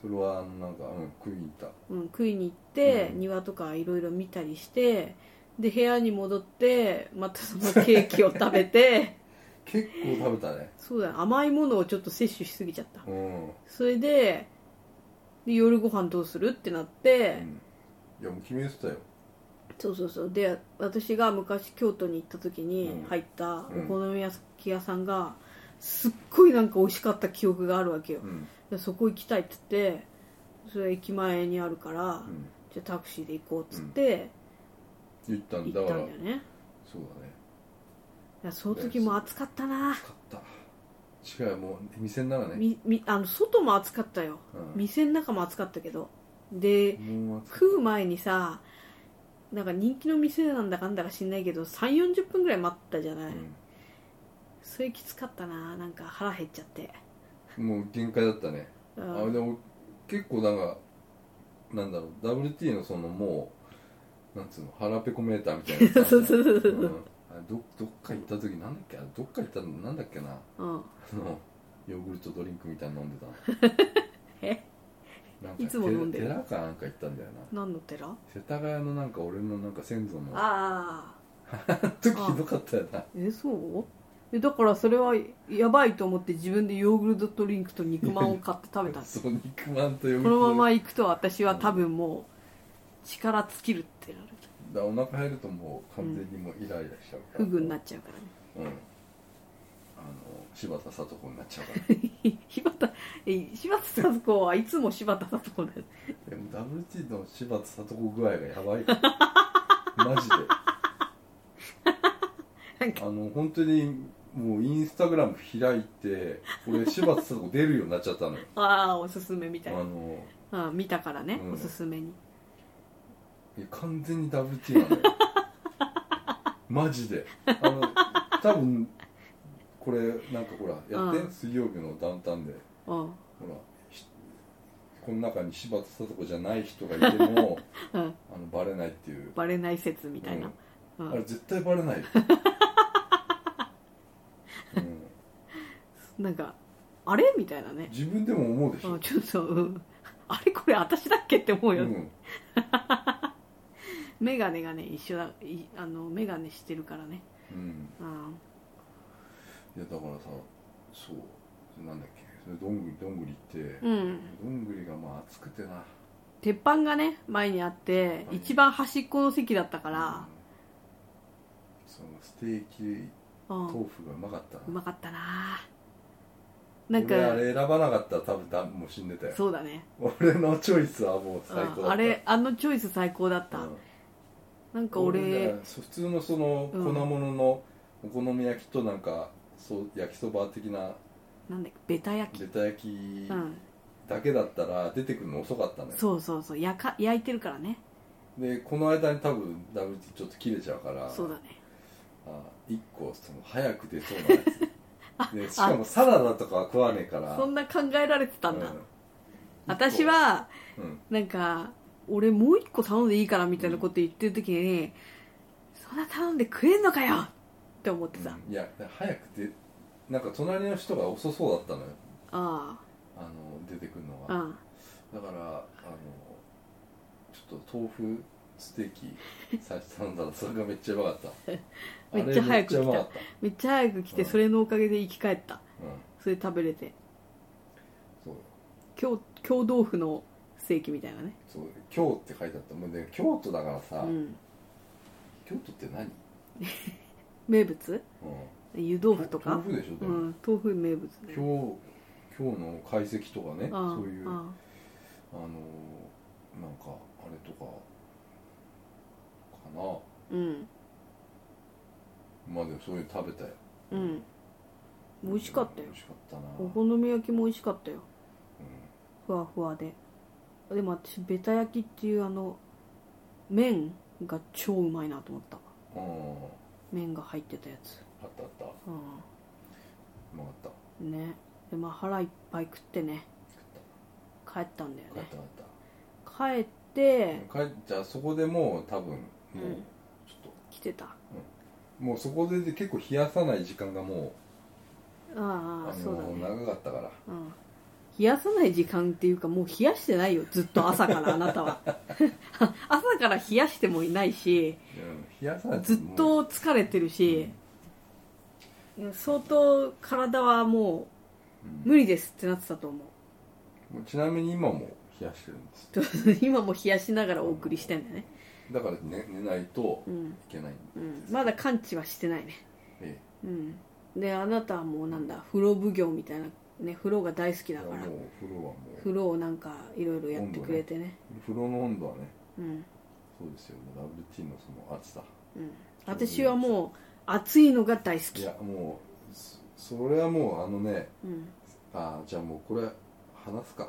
C: それはあのなんか、うん、食いに行っ
B: うんうん食いに行って、
C: うん
B: 庭とかいろいろ見たりしてで部屋に戻ってまたそのケーキを食べて
C: た結構食べたね
B: そうだ甘いものをちょっと摂取しすぎちゃった
C: うん
B: それでで夜ご飯どうするってなって、
C: うんいやもう決めてたよ
B: そうそうそうで私が昔京都に行った時
C: う
B: に
C: ん
B: 入ったお
C: うん
B: 好み焼き屋さんがすっごいなんか美味しかった記憶があるわけよ
C: う、ん
B: でそこ行きたいっつってそれは駅前にあるから、
C: うん
B: じゃあタクシーで行こうっつって
C: 言った
B: 行
C: ん
B: った
C: だ
B: ん
C: か
B: だ
C: ら
B: よね、
C: そうだね
B: いやその時も暑かったな
C: 買った違うもう店の中ね
B: みみあの外も暑かったよ、
C: うん
B: 店の中も暑かったけどで
C: もう暑かっ
B: 食う前にさなんか人気の店なんだかんだか知んないけど3 4 0分ぐらい待ったじゃな
C: た
B: い、それきつかったななんか腹減っちゃって、
C: うんもう限界だったね
B: う
C: あ
B: ん
C: でも結構なんかなんだろう WT のそのもうなんつうの腹ペコメーターみたいなのがあるじゃん
B: [LAUGHS] そうそうそうそう
C: うんあれどどっか行った時なんだっけあれどっか行ったのなんだっけな
B: うん
C: あのヨーグルトドリンクみたいなの飲んでたの
B: [LAUGHS] え
C: なんか
B: いつも飲んでる
C: 寺寺かなんか行ったんだよな
B: 何の寺あ
C: 世田谷のなんか俺のなんか先祖の
B: あ
C: 時ひどかったよな
B: えそうえだからそれはやばいと思って自分でヨーグルトドリンクと肉まんを買って食べたんです
C: そう肉まんとヨーグ
B: こ
C: ル
B: の
C: ト
B: まま行くと私は多分もう力尽きるってなる
C: だからお腹減るともう完全にもうイライラしちゃうから、
B: フグになっちゃうからね [LAUGHS]
C: うんあの柴田聡子になっちゃうから
B: [LAUGHS] 柴田え柴田さ子はいつも柴田さ子だよ
C: でも WT の柴田聡子具合がや
B: [LAUGHS]
C: ばいよマジで
B: なんか
C: あの本当にもうインスタグラム開いて俺柴田聡子出るようになっちゃったのよ
B: ああおすすめ [LAUGHS] み
C: あ
B: たいな
C: の
B: ああ見たからね、
C: うん
B: おすすめに
C: いや完全に WT
B: [LAUGHS]
C: なのよマジであの多分これなんかほらやって、
B: うん
C: 水曜日のダウンタウンで
B: うん
C: ほらひこの中に柴田聡子じゃない人がいて
B: [LAUGHS]
C: も
B: うん
C: あのバレないっていう
B: バレない説みたいな、うん
C: あれ絶対バ
B: [LAUGHS]
C: レないよ、うん、
B: なんかあれみたいなね
C: 自分でも思うでし
B: あ
C: ょ、
B: ちょっと、うん、あれこれ私だっけって思う
C: う
B: よ、
C: ん、
B: メガネがね一緒だいあのメガネしてるからね
C: うん、
B: あ
C: いやだからさそうなんだっけそれどんぐりどんぐりって、
B: あうん
C: どんぐりがまあ暑くてな
B: 鉄板がね前にあって、
C: はい
B: 一番端っこの席だったから
C: うん、そのステーキ
B: うん
C: 豆腐がうまかったな
B: うまかったななんか
C: 俺あれ選ばなかったら多分だもう死んでたよ
B: そうだね
C: 俺のチョイスはもう最高だった
B: ああれあのチョイス最高だった、
C: うん
B: なんか俺
C: 俺ねそう普通のその粉
B: うん
C: 物のお好み焼きとなんか、そう焼きそば的な
B: なんだっけベタ焼き
C: ベタ焼き
B: うん
C: だけだったら出てくるの遅かったのよ、
B: そうそうそう焼か焼いてるからね
C: でこの間に多分 WT ちょっと切れちゃうから
B: そうだね
C: あ1個その早く出そう
B: [LAUGHS]
C: なやつでしかもサラダとかは食わねえから
B: そんな考えられてたんだ、
C: うん
B: 私は
C: うん
B: なんか俺もう一個頼んでいいからみたいなこと言ってる時に、そんな頼んで食えんのかよって思ってた、あ
C: うんいや早くでなんか隣の人が遅そうだったのよ
B: あ
C: あの出てくるのが
B: ああ
C: だからあのちょっと豆腐ステーキ最初頼んだら [LAUGHS] それがめっちゃうまかった
B: [LAUGHS] めっちゃ早く来た
C: あれめっちゃうまかっ
B: めっちゃ早く来て
C: うん
B: それのおかげで生き返った
C: たうん
B: それ食べれて
C: そう
B: 京京豆腐のステーキみたいなね
C: そう京って書いてあったもうね京都だからさ、
B: うん
C: 京都って何、うん、
B: 名物湯豆腐とか
C: 豆腐でしょで
B: う
C: も、
B: ん、豆腐名物
C: 京
B: ね
C: 京の懐石とかね
B: ああ
C: そういうあ
B: あ
C: のなんかあれとかかな
B: あうん
C: まあでもそういうの食べたよ
B: うん美味しかったよ
C: 美味しかったな
B: お好み焼きも美味しかったよ
C: う
B: ふわふわででも私ベタ焼きっていうあの麺が超うまいなと思った
C: ん、うん、
B: 麺が入ってたやつ
C: あったあったう
B: う
C: まかった
B: んねでまあ腹いっぱい食ってね
C: 食った
B: 帰ったんだよね帰
C: 帰った帰っ
B: って
C: た帰っじゃあそこでもう多分もう、
B: うん
C: ちょっ
B: 来てたあ
C: ともうそこで結構冷やさない時間がもう
B: あ
C: の
B: そうだね
C: 長かったから
B: うん冷やさない時間っていうかもう冷やしてないよずっと朝からあなたは [LAUGHS] 朝から冷やしてもいないし
C: うん冷やさない
B: ずっ
C: もう
B: と疲れてるし、相当体はもう無理ですってなってたと思う [LAUGHS]
C: もうちなみに今も冷やしてるんです
B: と今も冷やしながらお送りしてんだよね
C: だから寝寝ないとい
B: うん、
C: けないん
B: う
C: で
B: ん、まだ完治はしてないね
C: え
B: うんであなたはもうなんだ風呂奉行みたいなね風呂が大好き
C: え
B: だ
C: だか
B: からら
C: もう風呂はもう
B: 風呂をなんかいろいろやってくれてね
C: 風呂の温度はね
B: うん
C: そうですよもう WT のその暑さ
B: うん私はもう暑いのが大好
C: い
B: き
C: やもうそそれはもうあのね
B: うん
C: あーじゃあもうこれ話すか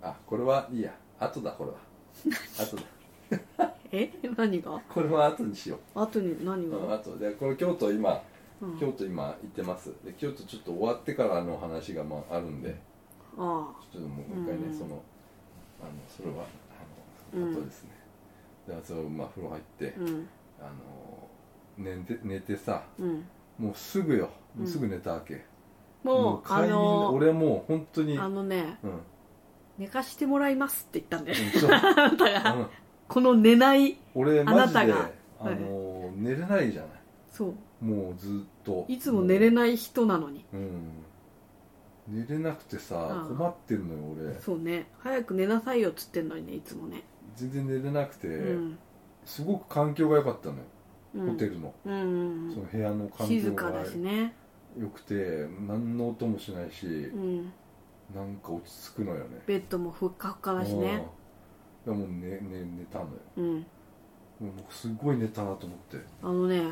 C: あこれはいいや後だこれは後だ
B: え何が
C: これは後にしよ
B: 後に何
C: う、
B: が、
C: うん、後でこれ京都今
B: うん
C: 京都今行ってますで京都ちょっと終わってからの話がまああるんで
B: あ
C: ちょっともう一回ね、
B: うん
C: そのあのそれはあ
B: う
C: の
B: ん
C: 後ですね、であそうまあ風呂入って、
B: あうん
C: あの寝て寝てさ
B: うん
C: もうすぐよもうすぐ寝たわけ、
B: もうあ
C: 会員
B: の
C: 俺もう本当に
B: あのね
C: うん
B: 寝かしてもらいますって言ったんで [LAUGHS]
C: そう
B: あなたが
C: うん
B: この寝ない
C: 俺
B: あ
C: マ
B: な
C: ジで
B: た
C: あ
B: がはい
C: の寝れないじゃない
B: そう
C: もうずっと
B: いつも寝れ
C: い
B: ない人なのに
C: うん寝れなくてさ
B: うん
C: 困ってるのよ俺
B: そうね早く寝なさいよっつってんのにねいつもね、
C: 全然寝れなくて、
B: うん
C: すごく環境が良かったのよ、
B: うん
C: ホテルの
B: うんうん
C: その
B: う
C: 部屋の
B: ん
C: 環
B: 静
C: 境
B: かだ
C: が
B: しね
C: 良くて、何の音もしないし、
B: うん
C: なんか落ち着くのよね
B: ベッドもふっかふかだしね
C: うんでもう寝寝寝たのよ
B: うん
C: もう僕すごい寝たなと思って
B: あのね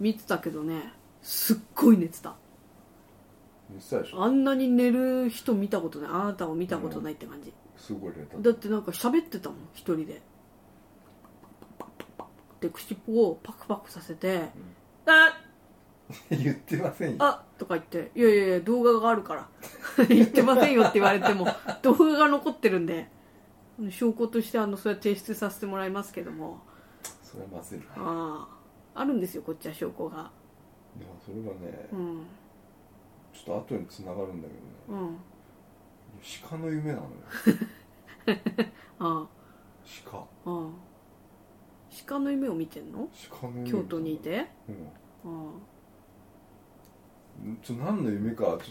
B: 見てたけどねすっごい寝てた
C: 寝てたでしょ
B: あんなに寝る人見たことないあなたを見たことないって感じ、
C: すごい寝た
B: だってなんか喋ってたもん一人でで口をパクパクさせて「あ
C: [LAUGHS] 言ってませんよ
B: あとか言って「いやいやいや動画があるから」 [LAUGHS] 言ってませんよって言われても動画が残ってるんで証拠としてあのそれは提出させてもらいますけども
C: それはまずいなでも
B: あああるんですよこっちは証拠が
C: それがね、
B: うん
C: ちょっと後に繋がるんだけど
B: う
C: ね
B: ん
C: 鹿の夢なのよ
B: あ
C: 鹿
B: あああ鹿の夢を見てんの
C: 鹿の夢
B: 京都にいて
C: う
B: ああ
C: んちょ何の夢かちょっと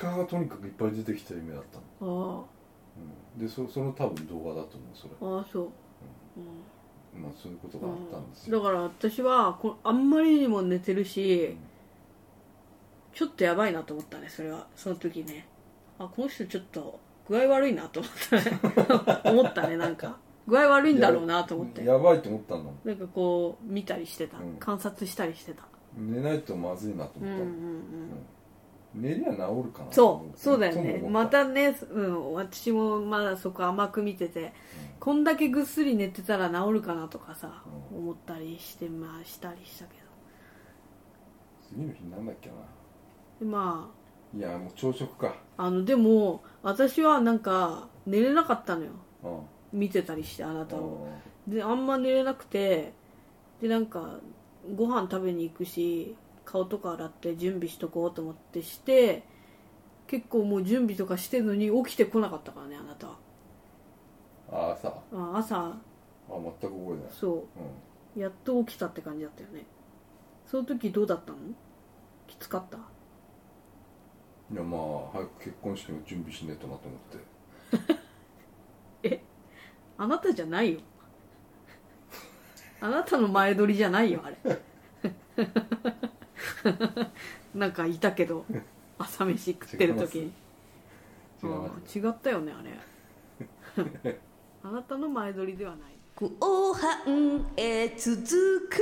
C: 鹿がとにかくいっぱい出てきた夢だったの、
B: あ
C: うん、でそその多分動画だと思うそれ
B: あああそう、うん
C: まあそういうことがあったんです
B: だ
C: よ、
B: から私はこあんまりにも寝てるし、ちょっとやばいなと思ったねそれはその時ねあこの人ちょっと具合悪いなと思ったね [LAUGHS] 思ったねなんか具合悪いんだろうなと思って
C: やばいと思ったんだもん
B: なんかこう見たりしてた、
C: うん
B: 観察したりしてた
C: 寝ないとまずいなと
B: うん
C: 思
B: うん
C: っ
B: う
C: たの、
B: ん
C: 寝りゃ治るかな
B: そうそうだよね
C: とも思
B: ま
C: った
B: たね、うん、私もまだそこ甘く見てて、こんだけぐっすり寝てたら治るかなとかさ、
C: うん
B: 思ったりしてまあしたりしたけ
C: 次の日なんだっけな
B: どでまあ
C: いやもう朝食か
B: あのでも私はなんか寝れなかったのよ
C: うん
B: 見てたりしてあなたを
C: うん
B: であんま寝れなくてでなんかご飯食べに行くし顔とか洗って準備しとこうと思ってして結構もう準備とかしてるのに起きてこなかったからねあなたは
C: ああさ
B: あ朝
C: あ全く覚えてない
B: そ
C: うん
B: うやっと起きたって感じだったよねその時どうだったのきつかった
C: いやまあ早く結婚式の準備しねえとなと思って
B: あなたじゃないよあなたの前撮りじゃないよあれなんかいたけど朝飯食ってる時に
C: 違います
B: うん違ったよねあれ [LAUGHS] あなたの前撮りではない
A: 後半へ続く